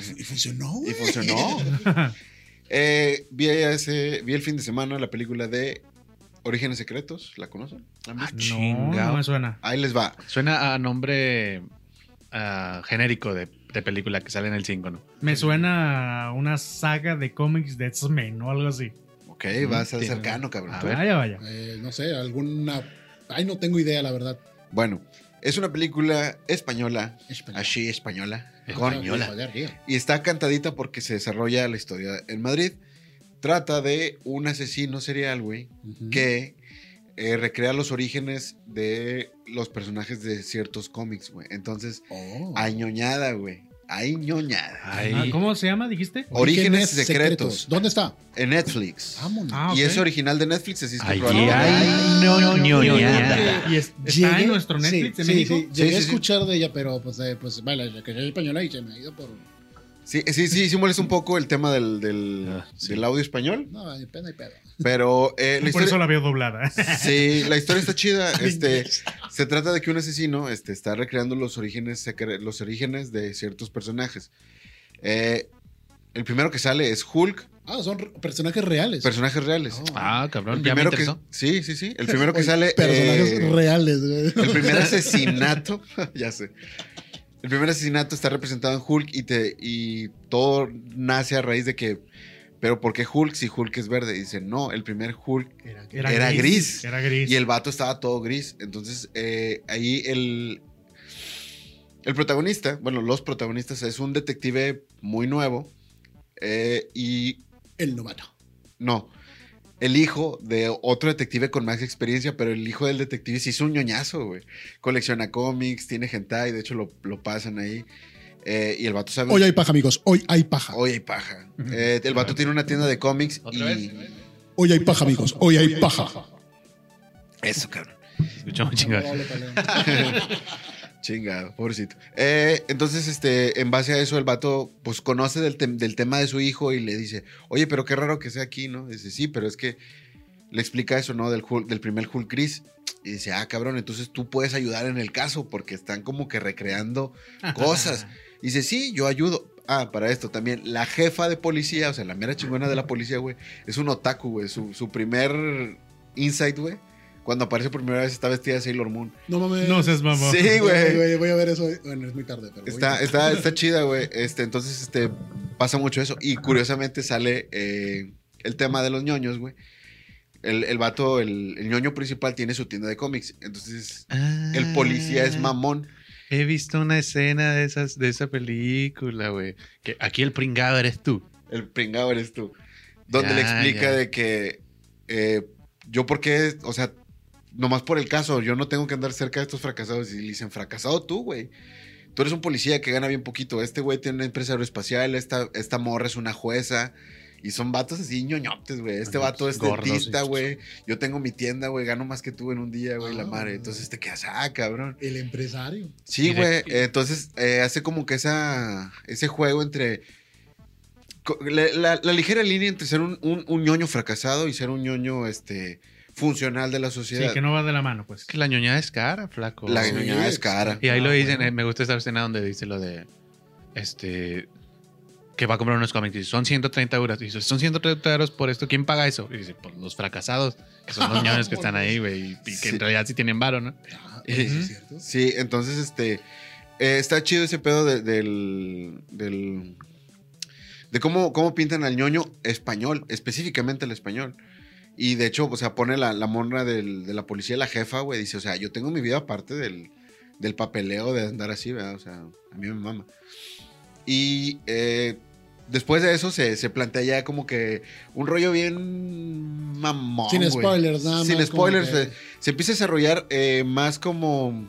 S1: fu- y funcionó,
S4: Y
S1: güey.
S4: funcionó. Eh, vi, ese, vi el fin de semana la película de Orígenes Secretos. ¿La conocen? ¿La han
S2: Ah,
S4: visto?
S3: No,
S2: chinga.
S3: no me suena.
S4: Ahí les va.
S2: Suena a nombre ah, genérico de, de película que sale en el 5, ¿no?
S3: Me suena a una saga de cómics de X-Men o algo así.
S4: Ok, vas a ser
S2: tiene-
S4: cercano, cabrón.
S2: A ver.
S3: Vaya, vaya.
S1: Eh, no sé, alguna. Ay, no tengo idea, la verdad.
S4: Bueno, es una película española,
S1: Español.
S4: así española,
S2: Española.
S4: coñola.
S1: Joder, tío.
S4: Y está cantadita porque se desarrolla la historia en Madrid. Trata de un asesino serial, güey,
S1: Ujú.
S4: que eh, recrea los orígenes de los personajes de ciertos cómics, güey. Entonces,
S1: Oh.
S4: añoñada, güey. Añoñada.
S2: Ay,
S3: Ah, ¿Cómo se llama, dijiste?
S4: Orígenes secretos.
S1: ¿Dónde está?
S4: En Netflix.
S1: Vámonos.
S3: Ah, ok.
S4: Y es original de Netflix, así es que
S2: Ay,
S4: probablemente-
S2: ay, no, ñoñada.
S3: Y es- está
S1: Llegué-
S3: en nuestro
S1: sí,
S3: Netflix en
S1: sí,
S3: México.
S1: sí, llegué
S4: Sí, sí,
S1: a
S4: sí.
S1: escuchar de ella, pero pues, eh, pues vale, la que soy española y se me ha ido por.
S4: Sí, sí, sí, sí molesta un poco el tema del, del,
S2: Ah, sí.
S4: del audio español,
S1: No, hay pedo, hay pedo.
S4: pero
S3: <laughs>
S4: eh, la
S3: Por
S4: historia...
S3: eso la veo doblada.
S4: Sí, la historia está
S3: <laughs>
S4: chida. Este, se trata de que un asesino este, está recreando los orígenes, secre- los orígenes de ciertos personajes. Eh, el primero que sale es Hulk,
S1: Ah, son re- personajes reales.
S4: personajes reales.
S1: Oh.
S2: Ah,
S4: el
S2: cabrón, ya me
S4: primero que,
S2: interesó.
S4: sí, sí, sí. El primero que
S1: Oye,
S4: sale.
S1: Personajes
S4: eh,
S1: reales, güey. <laughs>
S4: el primer asesinato. <laughs> ya sé. El primer asesinato está representado en Hulk y, te, y todo nace a raíz de que. Pero ¿por qué Hulk si Hulk es verde? Y dice, no, el primer Hulk Era gris.
S3: Era gris.
S4: Y el vato estaba todo gris. Entonces, eh, ahí el. El protagonista, bueno, los protagonistas, es un detective muy nuevo. eh, y.
S1: El novato.
S4: No. El hijo de otro detective con más experiencia, pero el hijo del detective sí es un ñoñazo, güey. Colecciona cómics, tiene hentai, de hecho lo, lo pasan ahí. eh, y el vato sabe.
S1: Hoy hay paja, amigos. Hoy hay paja.
S4: Hoy hay paja. Eh, el vato tiene una tienda de cómics.
S2: ¿Otra
S4: y-
S2: vez?
S1: Hoy hay paja, amigos. Hoy hay paja.
S4: Eso, cabrón.
S2: Escuchamos chingón.
S4: Chingado, pobrecito. Eh, entonces, este, en base a eso, el vato, pues, conoce del, tem- del tema de su hijo y le dice, oye, pero qué raro que sea aquí, ¿no? Dice, sí, pero es que le explica eso, ¿no? Del, Hulk- del primer Hulk Chris. Y dice, ah, cabrón, entonces tú puedes ayudar en el caso porque están como que recreando cosas. Y dice, sí, yo ayudo. Ah, para esto también, la jefa de policía, o sea, la mera chingona de la policía, güey, es un otaku, güey. Su, su primer insight, güey, cuando aparece por primera vez está vestida de Sailor Moon.
S1: No mames.
S3: No seas mamón.
S4: Sí, güey.
S1: Voy a ver eso. hoy. Bueno, es muy tarde, pero. voy a-
S4: Está, está, está chida, güey. Este, entonces, este, pasa mucho eso. Y curiosamente sale eh, el tema de los ñoños, güey. El, el vato, el, el ñoño principal tiene su tienda de cómics. Entonces, el policía
S2: Ah. Mm.
S4: es mamón.
S2: He visto una escena de esas de esa película, güey. Que aquí el pringado eres tú.
S4: El pringado eres tú. Donde le
S2: Ya,
S4: explica
S2: ya.
S4: de que eh, yo porque, o sea, nomás por el caso, yo no tengo que andar cerca de estos fracasados. Y le dicen, fracasado tú, güey. Tú eres un policía que gana bien poquito. Este güey tiene una empresa aeroespacial, esta, esta morra es una jueza. Y son vatos así ñoñotes, güey. Este
S2: Ajá,
S4: vato es
S2: gordos,
S4: dentista,
S2: sí.
S4: güey. Yo tengo mi tienda, güey. Gano más que tú en un día, güey, la
S1: Ah.
S4: madre. Entonces te quedas, ah, cabrón.
S1: El empresario.
S4: Sí,
S2: Y de-
S4: güey. eh, Entonces eh, hace como que esa, ese juego entre. co- La, la- la ligera línea entre ser un, un- un ñoño fracasado y ser un ñoño este, funcional de la
S3: Sí,
S4: sociedad.
S3: que no va de la mano, pues.
S2: Es que la ñoñada es cara, flaco.
S4: La
S1: Sí,
S4: ñoñada es
S1: es-
S4: cara.
S2: Y ahí lo
S1: Ah,
S2: dicen,
S1: bueno.
S2: eh, me gusta esa escena donde dice lo de este que va a comprar unos cómics y dice, son 130 euros. Y dice, son 130 euros por esto, ¿quién paga eso? Y dice, pues los fracasados, que son los ñoños que están ahí, güey, y, y que
S4: Sí.
S2: en realidad sí tienen varo, ¿no?
S1: Ah,
S4: Ujú.
S1: ¿eso es cierto?
S4: Sí, entonces este. eh, está chido ese pedo de- del. del- de cómo, cómo pintan al ñoño español, específicamente el español. Y de hecho, o sea, pone la, la morra del- de la policía, la jefa, güey, dice, o sea, yo tengo mi vida aparte del, del papeleo de andar así, ¿verdad? O sea, a mí me mama. Y eh, después de eso se, se plantea ya como que un rollo bien mamón.
S1: Sin
S4: güey.
S1: spoilers, nada más.
S4: Sin
S1: como
S4: spoilers.
S1: que-
S4: eh, se empieza a desarrollar eh, más como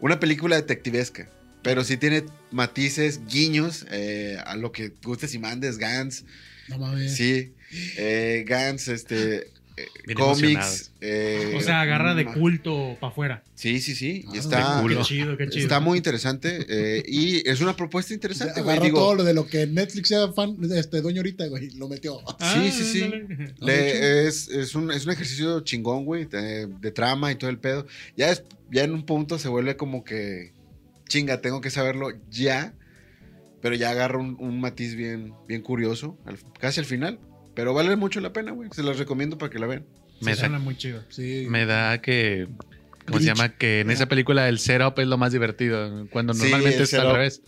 S4: una película detectivesca, pero sí tiene matices, guiños eh, a lo que gustes y mandes, Gans,
S1: No mames.
S4: sí, eh, Gans, este, eh,
S2: Bien
S4: cómics.
S2: emocionados.
S4: eh,
S3: O sea, agarra de
S4: ma-
S3: culto para afuera.
S4: Sí, sí, sí, y
S1: Ah,
S4: está,
S2: de culo.
S3: Qué chido, qué chido.
S4: está muy interesante eh, y es una propuesta interesante. güey,
S1: Agarró
S4: digo,
S1: todo lo de lo que Netflix sea fan, este, dueño ahorita, güey. Lo metió.
S4: sí, sí, sí.
S3: Ah, ándale.
S1: Ah,
S4: Le-
S1: de
S4: es, es un, es un ejercicio chingón, güey, de, de trama y todo el pedo. Ya, es, ya en un punto se vuelve como que, chinga, tengo que saberlo ya, pero ya agarra un, un matiz bien, bien curioso, al- casi al final. Pero vale mucho la pena, güey. Se las recomiendo para que la vean.
S2: Me
S3: Sí, suena
S2: da,
S3: muy chido.
S1: Sí.
S2: me da que. ¿Cómo se
S1: Glitch.
S2: llama? Que en esa película el setup es lo más divertido. Cuando
S4: Sí,
S2: normalmente
S4: el
S2: es al
S4: setup.
S2: revés.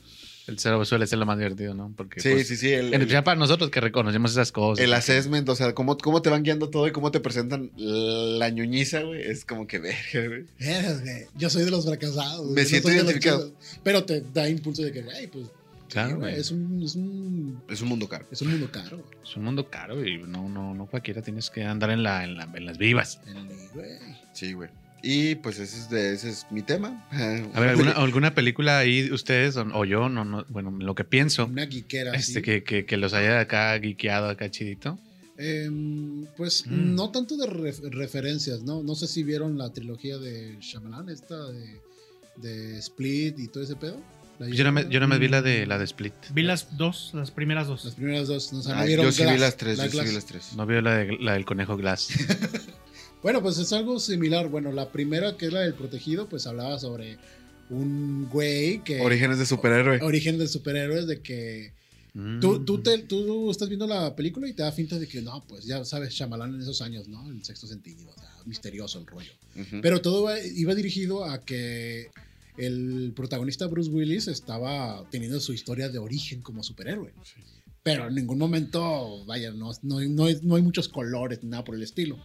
S2: El setup suele ser lo más divertido, ¿no? Porque.
S4: Sí,
S2: pues,
S4: sí, sí. El,
S2: En pues,
S4: el,
S2: especial para nosotros que reconocemos esas cosas.
S4: el assessment, o sea, cómo, cómo te van guiando todo y cómo te presentan la ñoñiza, güey. Es como que verga, güey.
S1: Verga, güey. Yo soy de los fracasados.
S4: Me
S1: yo
S4: siento
S1: soy de los
S4: identificado.
S1: chidos. Pero te da impulso de que, güey, pues.
S2: Claro,
S1: sí,
S2: güey.
S1: Es un, es, un,
S4: Es un mundo caro.
S1: es un mundo caro.
S2: Es un mundo caro y no, no, no cualquiera tienes que andar en, la, en, la- en las vivas.
S1: El- güey.
S4: Sí, güey. Y pues ese es, de- ese es mi tema.
S2: A ver, ¿alguna, alguna película ahí ustedes o, o yo, no, no, bueno, lo que pienso,
S1: Una guiquera.
S2: este,
S1: así.
S2: que, que, que los haya acá guiqueado, acá chidito.
S1: Em, pues
S2: Mm.
S1: no tanto de ref- referencias, ¿no? No sé si vieron la trilogía de Shyamalan, esta de, de Split y todo ese pedo. La
S2: Yo no me, yo no me vi la de,
S3: Mm.
S2: la de Split.
S3: Vi las dos, las primeras dos.
S1: Las primeras dos, no, o sea, no
S4: Ah,
S1: vieron
S4: yo sí vi
S1: Glass,
S4: las tres,
S1: la
S4: yo sí
S1: Glass.
S4: vi las tres.
S2: No vi la, de- la del
S1: <laughs>
S2: conejo Glass.
S1: Bueno, pues es algo similar. Bueno, la primera, que es la del protegido, pues hablaba sobre un güey que...
S4: Orígenes de superhéroe.
S1: Origen de superhéroes, de que
S2: Mm.
S1: tú, tú, te- tú estás viendo la película y te da finta de que no, pues ya sabes, Shyamalan en esos años, ¿no? El sexto sentido, o sea, misterioso el rollo.
S4: Ujú.
S1: Pero todo va- iba dirigido a que el protagonista Bruce Willis estaba teniendo su historia de origen como superhéroe. Pero en ningún momento, vaya, no, no, no hay, no hay muchos colores, nada por el estilo.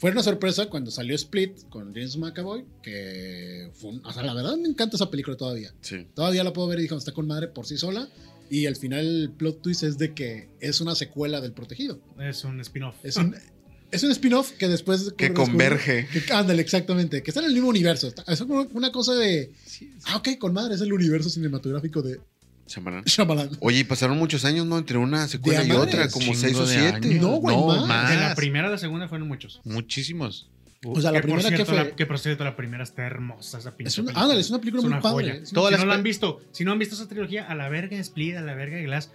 S1: Fue una sorpresa cuando salió Split con James McAvoy, que fue un- o sea, la verdad me encanta esa película todavía.
S4: Sí.
S1: Todavía la puedo ver y dijo, está con madre por sí sola. Y al final el plot twist es de que es una secuela del Protegido.
S3: Es un spin-off.
S1: Es un, es un spin-off que después...
S4: Ah. Que
S1: descubrí-
S4: converge.
S1: que- ándale, exactamente. Que está en el mismo universo. Está- Es como una cosa de. Ah, ok, con madre, es el universo cinematográfico de
S4: Shyamalan.
S1: Shyamalan.
S4: Oye, y pasaron muchos años, ¿no? Entre una secuela
S1: De
S4: y
S1: madres,
S4: otra, como
S2: chingo
S4: seis o
S2: de
S4: siete.
S2: años.
S1: No, güey, más.
S3: De la primera a la segunda fueron muchos.
S2: Muchísimos.
S1: O sea, la
S3: por
S1: primera que
S3: cierto,
S1: fue.
S3: la- que por cierto, la primera está hermosa, esa pinche
S1: es una,
S3: película.
S1: ándale, es una película
S3: Es
S1: muy
S3: una
S1: padre.
S3: joya.
S1: Es una-
S2: Todas
S3: si
S2: las
S3: no la
S2: pe-
S3: han visto, si no han visto esa trilogía, a la verga Split, a la verga Glass,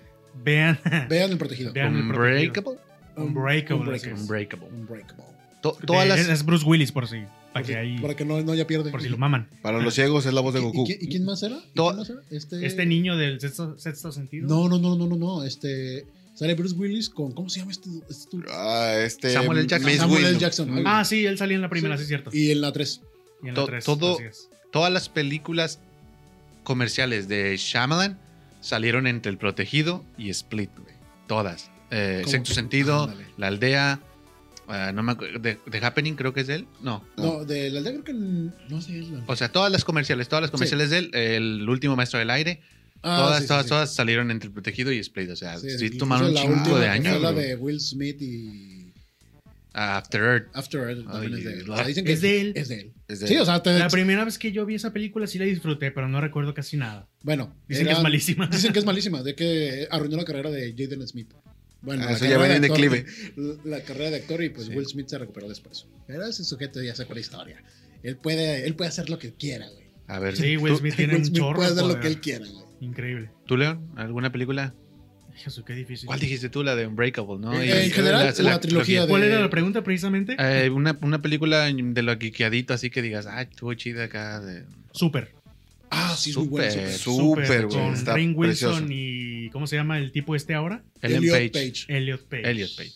S3: vean. <laughs>
S1: Vean el protegido.
S3: Vean el
S2: Unbreakable.
S3: Unbreakable,
S1: Unbreakable.
S2: Unbreakable.
S1: Unbreakable.
S2: To-
S3: de-
S2: todas
S3: es- <laughs>
S2: las.
S3: Es Bruce Willis por si, para
S1: Para
S3: que ahí,
S1: que, para que no, no ya pierden.
S3: por si lo maman.
S4: Para los ciegos es la voz de
S1: ¿Y-
S4: Goku.
S1: ¿Y, quién- y quién más era? ¿Y
S2: To-
S1: quién más era? Este,
S3: Este niño del sexto, sexto sentido.
S1: No, no, no, no, no, no. Este. Sale Bruce Willis con. ¿Cómo se llama este? du- este du-
S4: Ah, este.
S2: Samuel L. Jackson.
S4: Miss
S1: Samuel L.
S4: Windu.
S1: Jackson. algo.
S3: Ah, sí, él salía en la primera, sí,
S1: Sí.
S3: es cierto. Y,
S1: Y en la 3.
S3: en la
S2: to-
S3: tres,
S2: todo-
S3: así es.
S2: todas las películas comerciales de Shyamalan salieron entre El Protegido y Split, güey. Todas. Eh,
S1: Como
S2: Sexto
S1: que-
S2: Sentido,
S1: ándale.
S2: La Aldea, ah, no me acuerdo, The, The Happening creo que es de él. No.
S1: No, de la aldea creo que. n- No sé. es la-
S2: O sea, todas las comerciales, todas las comerciales de él, El Último Maestro del Aire,
S1: Ah,
S2: todas,
S1: sí, sí,
S2: todas,
S1: sí.
S2: todas salieron entre El Protegido y Split. O sea, sí,
S1: incluso
S2: tomaron un
S1: la
S2: chingo
S1: última
S2: de
S1: que
S2: años.
S1: Fue la
S2: güey.
S1: de Will Smith y
S2: After Earth.
S1: After Earth. también
S2: Ay,
S1: es de él.
S2: la-
S1: O sea, dicen que
S3: Es de él.
S1: Es de él.
S4: Es de-
S1: Sí, o sea, te-
S3: La primera vez que yo vi esa película sí la disfruté, pero no recuerdo casi nada.
S1: bueno.
S3: Dicen que
S1: era-
S3: es malísima.
S1: <laughs> Dicen que es malísima, de que arruinó la carrera de Jaden Smith. Bueno,
S4: Ah,
S1: la
S4: eso ya
S1: carrera
S4: venía en
S1: de actor-
S4: declive.
S1: La carrera de actor y pues
S2: Sí.
S1: Will Smith se recuperó después. Pero ese sujeto ya sacó la historia. Él puede, él puede hacer lo que quiera, güey.
S2: A ver,
S3: Sí, Will
S2: ¿tú,
S3: Smith tiene
S1: Will
S3: un
S1: Smith
S3: chorro.
S1: puede hacer lo
S3: joder.
S1: que él quiera, güey.
S3: Increíble.
S2: ¿tú, León? ¿Alguna película?
S3: Jesús, qué difícil.
S2: ¿Cuál dijiste tú? La de Unbreakable, ¿no?
S1: En-
S2: Y-
S1: Eh, en general, la trilogía
S3: ¿Cuál
S1: de-
S3: era la pregunta precisamente?
S2: Eh, una, una película de lo quiqueadito, así que digas, ay, estuvo chida acá. de-
S3: Súper.
S1: Ah, sí, es muy bueno.
S2: Súper.
S1: súper.
S4: Súper, güey.
S3: Con
S4: Está
S3: Rainn Wilson
S4: precioso.
S3: y. ¿Cómo se llama el tipo este ahora?
S2: Ellen
S1: Elliot
S2: Page.
S3: Elliot Page.
S2: Elliot Page.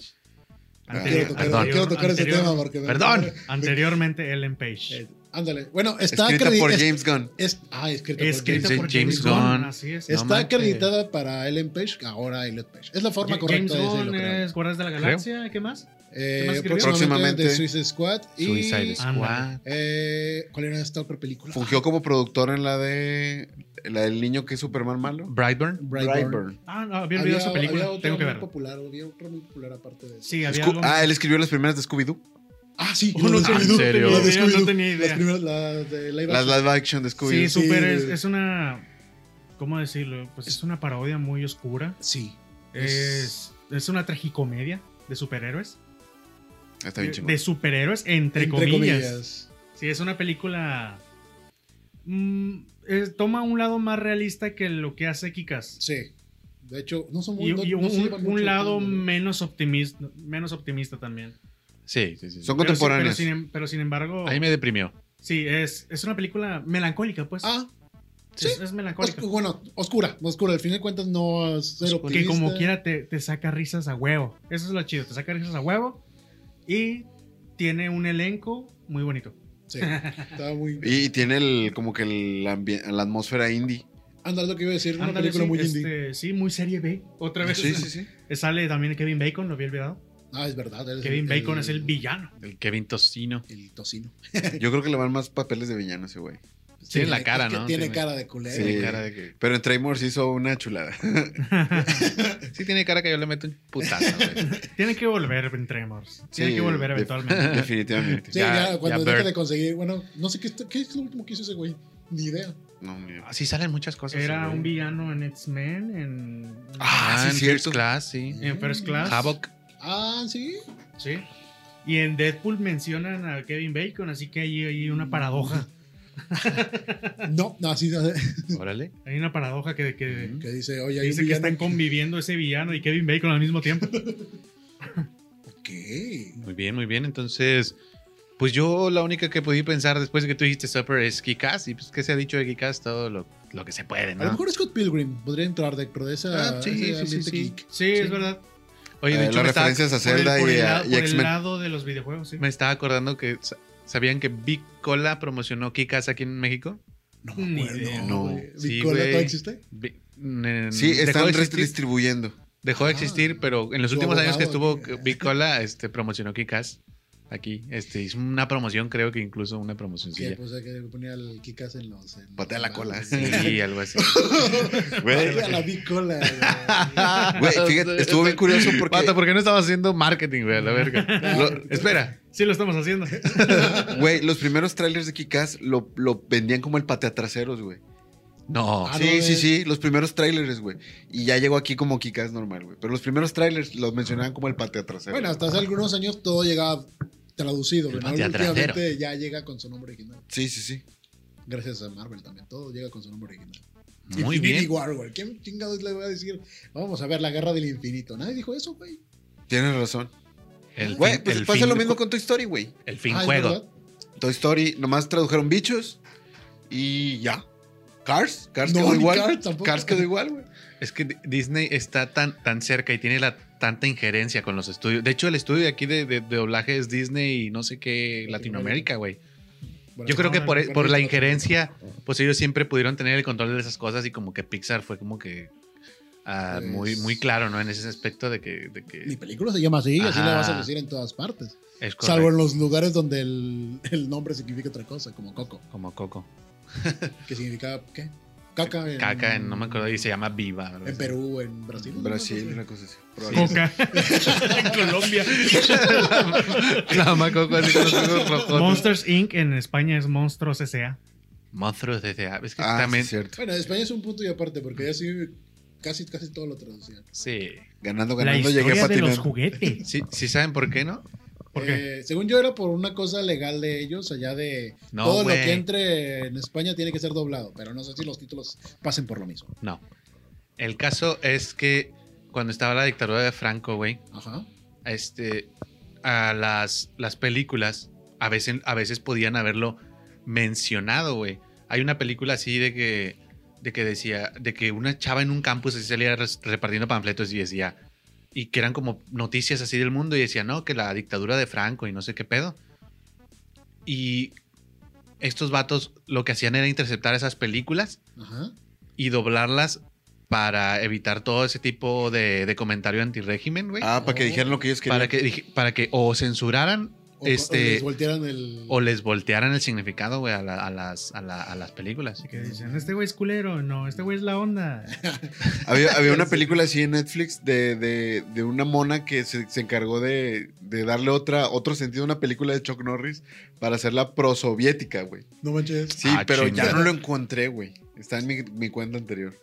S1: Quiero tocar,
S2: Perdón.
S1: quiero tocar ese
S3: anterior-
S1: tema porque... me-
S2: Perdón.
S3: Anteriormente, Ellen Page.
S1: Eh, ándale. Bueno, está
S4: Escrita por
S1: acredi- es-
S4: James Gunn.
S1: es- ah, escrita
S3: Escrita
S1: por
S3: por
S2: James
S3: James
S2: Gunn.
S3: Gunn. Así es.
S2: Es
S1: Está
S2: manches.
S1: acreditada para Ellen Page, ahora Elliot Page. Es la forma
S3: Ja-
S1: correcta de
S3: James
S1: decirlo,
S3: Gunn
S1: creo.
S3: es Guardias de la Galaxia. ¿Qué más?
S1: Eh,
S3: más escribió?
S1: próximamente
S4: Próximamente.
S1: de Suicide Squad y
S2: Suicide Squad.
S3: Ándale.
S1: eh, ¿cuál era esta otra película?
S4: Fungió como productor en la de. La del niño que es Superman malo.
S2: Brightburn.
S1: Brightburn.
S3: Ah, no, había olvidado esa película.
S1: había otra
S3: Tengo que
S1: muy
S3: verla.
S1: popular, había otra muy popular aparte de eso.
S3: Sí, había
S4: Sco-
S3: algo.
S4: ah, él escribió las primeras de Scooby-Doo.
S1: Ah, sí.
S3: Oh, <laughs> no,
S1: la de
S2: ¿en
S1: Scooby-Doo,
S2: serio?
S1: la de
S3: Yo no
S1: Scooby-Doo,
S3: tenía idea.
S1: Las primeras, la de live
S4: Las
S1: action.
S4: live action de
S3: Sí,
S4: Scooby.
S1: sí,
S3: súper.
S1: sí.
S3: Es, es una. ¿Cómo decirlo? Pues es una parodia muy oscura.
S1: Sí.
S3: Es, es una tragicomedia de superhéroes.
S4: Está bien chingón.
S3: de superhéroes, entre,
S1: Entre
S3: comillas.
S1: comillas.
S3: Sí, es una película. mm, es- toma un lado más realista que lo que hace Kikas.
S1: Sí. De hecho, no son muy...
S3: Y,
S1: no-
S3: y
S1: no
S3: un,
S1: se llevan
S3: un
S1: mucho
S3: lado
S1: tiempo.
S3: menos optimista, menos optimista también.
S2: Sí, sí, sí.
S4: Son
S3: Pero sí-
S4: contemporáneas.
S3: Pero, sin, em- pero sin embargo,
S2: Ahí me deprimió.
S3: sí, es, es una película melancólica, pues.
S1: Ah, sí.
S3: Es, es melancólica.
S1: os- bueno, oscura, oscura. Al fin de cuentas no es cero
S3: que como
S1: optimista.
S3: quiera te, te saca risas a huevo. Eso es lo chido, te saca risas a huevo. Y tiene un elenco muy bonito.
S1: Sí, estaba muy...
S4: <laughs> Y tiene el, como que el ambien- la atmósfera indie.
S1: Ándale, lo que iba a decir, una
S3: Ándale,
S1: película
S3: sí,
S1: muy
S3: este,
S1: indie.
S3: Sí, muy serie B. Otra vez.
S4: Sí, sí, sí.
S3: <laughs> Sale también Kevin Bacon, lo había olvidado.
S1: Ah, es verdad. es
S3: Kevin
S1: el-
S3: Bacon es el villano.
S2: El Kevin Tocino.
S1: El tocino.
S4: Yo creo que le van más papeles de villano a ese güey.
S2: Tiene la cara,
S1: es que
S2: ¿no?
S1: Tiene
S2: Tiene-
S1: cara de culero.
S4: Sí.
S2: Tiene cara de que.
S4: Pero en Tremors hizo una chulada. <laughs>
S2: Sí, tiene cara que yo le meto un putazo, güey.
S3: Tiene que volver en Tremors. Tiene
S4: Sí,
S3: que volver
S4: de- <laughs>
S3: eventualmente.
S1: <laughs>
S4: Definitivamente.
S1: Sí,
S2: Ya-
S1: ya,
S2: ya
S1: cuando deja
S2: Bird.
S1: de conseguir, bueno, no sé qué, está- qué es lo último que hizo ese güey, ni idea.
S4: No, mira.
S2: Así Ah, salen muchas cosas.
S3: Era
S2: güey.
S3: un villano en X-Men, en,
S4: Ah, sí,
S2: Ah, en
S4: cierto.
S2: First Class, sí.
S3: en First Class.
S1: <laughs>
S2: Havoc.
S1: Ah, sí.
S3: Sí. Y en Deadpool mencionan a Kevin Bacon, así que hay, hay una paradoja.
S1: No, no, así
S2: Órale.
S3: Hay una paradoja que, que,
S1: que dice, oye,
S3: que
S1: hay un
S3: dice que
S1: villano.
S3: están conviviendo ese villano y Kevin Bacon al mismo tiempo.
S1: ¿Qué?
S2: Muy bien, muy bien. Entonces, pues yo la única que pude pensar después de que tú dijiste Supper es Kikas. Y pues, ¿qué se ha dicho de Kikas? Todo lo, lo que se puede,
S1: A lo
S2: ¿no?
S1: mejor Scott Pilgrim podría entrar de, pero de esa.
S2: Ah, sí,
S1: ese
S2: sí, sí,
S1: ambiente
S2: sí.
S1: geek.
S3: Sí, es verdad.
S2: Oye, de
S4: Eh,
S2: hecho,
S4: las
S2: me estaba,
S4: referencias a
S3: Por el,
S4: Zelda
S3: por
S4: y
S3: el
S4: a-
S3: lado-
S4: y
S3: por
S4: a
S3: el
S4: X-Men.
S3: lado de los videojuegos, sí.
S2: me estaba acordando que sa- sabían que Big Cola promocionó Kikas aquí en México.
S1: No,
S3: Ni
S1: me acuerdo,
S3: idea.
S1: no.
S4: No.
S1: güey.
S2: Sí,
S1: ¿Bicola
S2: güey.
S1: todavía existe?
S2: Bi- en-
S4: Sí,
S2: dejó
S4: están
S2: de existir,
S4: redistribuyendo.
S2: dejó de
S1: Ah.
S2: existir, pero en los
S1: Su
S2: últimos años que
S1: abogado,
S2: estuvo
S1: eh.
S2: Big Cola, este, promocionó Kikas aquí. Este, hizo una promoción, creo que incluso una
S1: Que
S2: promocioncilla.
S1: pues hay que poner al Kikas en los. en-
S4: Patea la cola. <laughs>
S1: Sí.
S2: Sí, algo así.
S1: Patea la bicola.
S2: <laughs>
S1: güey.
S4: Güey, fíjate, estuvo bien
S3: <laughs>
S4: curioso porque-
S2: Vato, ¿por qué no estabas haciendo marketing, güey? A la
S4: <laughs>
S2: verga.
S4: Lo-
S2: Espera.
S3: Sí, lo estamos haciendo.
S4: Güey, los primeros trailers de Kikas lo, lo vendían como el pateatraseros, güey.
S2: No.
S1: Ah,
S4: sí,
S1: no,
S3: eh.
S4: sí,
S1: es-
S4: sí, los primeros trailers, güey. Y ya llegó aquí como Kikas normal, güey. Pero los primeros trailers los mencionaban como el pateatraseros.
S1: Bueno, hasta hace algunos años todo llegaba traducido.
S2: El
S1: ¿no?
S2: patea
S1: Últimamente
S2: trasero.
S1: ya llega con su nombre original.
S4: Sí, sí, sí.
S1: Gracias a Marvel también. Todo llega con su nombre original.
S2: Muy
S1: <laughs> Infinity
S2: bien.
S1: War, güey. ¿Quién chingados le va a decir? Vamos a ver la guerra del infinito. Nadie dijo eso, güey.
S4: Tienes razón.
S2: El
S4: Güey,
S2: fin-
S4: pues
S2: el
S4: pasa
S2: fin-
S4: lo mismo con Toy Story, güey.
S2: El fin
S1: Ah, ¿es
S2: juego.
S1: verdad?
S4: Toy Story, nomás tradujeron bichos y ya. Cars, Cars
S1: No,
S4: quedó
S1: ni
S4: igual.
S1: Cars
S4: Cars,
S1: tampoco.
S4: quedó igual, güey.
S2: Es que Di- Disney está tan, tan cerca y tiene la tanta injerencia con los estudios. De hecho, el estudio de aquí de, de- de doblaje es Disney y no sé qué Latinoamérica, güey.
S1: Bueno,
S2: Yo creo que
S1: no,
S2: por, e,
S1: no,
S2: por la
S1: no,
S2: injerencia, pues ellos siempre pudieron tener el control de esas cosas y como que Pixar fue como que ah,
S1: Pues-
S2: muy, muy claro, ¿no? En ese aspecto de que, de que
S1: Mi película se llama así, así la
S2: Ajá.
S1: vas a decir en todas partes.
S2: es
S1: Salvo en
S2: correcto,
S1: los lugares donde el, el nombre significa otra cosa, como Coco,
S2: como Coco.
S1: que significa, ¿qué? Caca. En,
S2: Caca, en- no me acuerdo, y se llama Viva. algo
S1: En
S2: así.
S1: Perú, en Brasil. ¿no?
S4: Brasil, una cosa así. Probablemente.
S3: Coca. <laughs> en
S4: <laughs>
S3: Colombia.
S2: <laughs> La mamá Coco así con
S1: <laughs>
S2: los ojos rojotes.
S3: Monsters Inc. en España es Monstruos S.A.
S2: Monstruos de CA. Es que
S4: Ah,
S2: también.
S4: sí, cierto.
S1: Bueno, España es un punto y aparte, porque ya sí casi, casi todo lo traducían.
S2: Sí.
S4: Ganando,
S3: La
S4: ganando, llegué
S3: historia
S4: a
S3: de los
S4: patinar.
S3: juguetes.
S2: sí. sí saben por qué, ¿no?
S3: ¿Por qué?
S1: Eh, según yo era por una cosa legal de ellos, allá de
S2: No,
S1: todo lo
S2: güey.
S1: que entre en España tiene que ser doblado, pero no sé si los títulos pasen por lo mismo.
S2: No. El caso es que cuando estaba la dictadura de Franco, güey,
S1: Ajá.
S2: este, a las, las películas a veces, a veces podían haberlo mencionado, güey. Hay una película así de que, de que decía, de que una chava en un campus así salía res- repartiendo panfletos y decía, y que eran como noticias así del mundo y decía, no, que la dictadura de Franco y no sé qué pedo. Y estos vatos lo que hacían era interceptar esas películas
S1: Ajá.
S2: y doblarlas para evitar todo ese tipo de, de comentario antirégimen, güey.
S4: Ah, para que dijeran lo que ellos querían.
S2: para que, dij- para que o censuraran o,
S1: O- o
S2: este,
S1: les voltearan el.
S2: o les voltearan el significado, güey, a, la- a las, a, la- a las películas.
S3: Así que dicen, este güey es culero, no, este güey es la onda.
S4: <laughs> Había, había una película así en Netflix de, de- de una mona que se, se encargó de, de darle otra, otro sentido a una película de Chuck Norris para hacerla prosoviética, güey.
S1: No manches.
S4: Sí,
S2: Ah,
S4: pero
S2: chinga.
S4: ya no lo encontré, güey. Está en mi, mi cuenta anterior.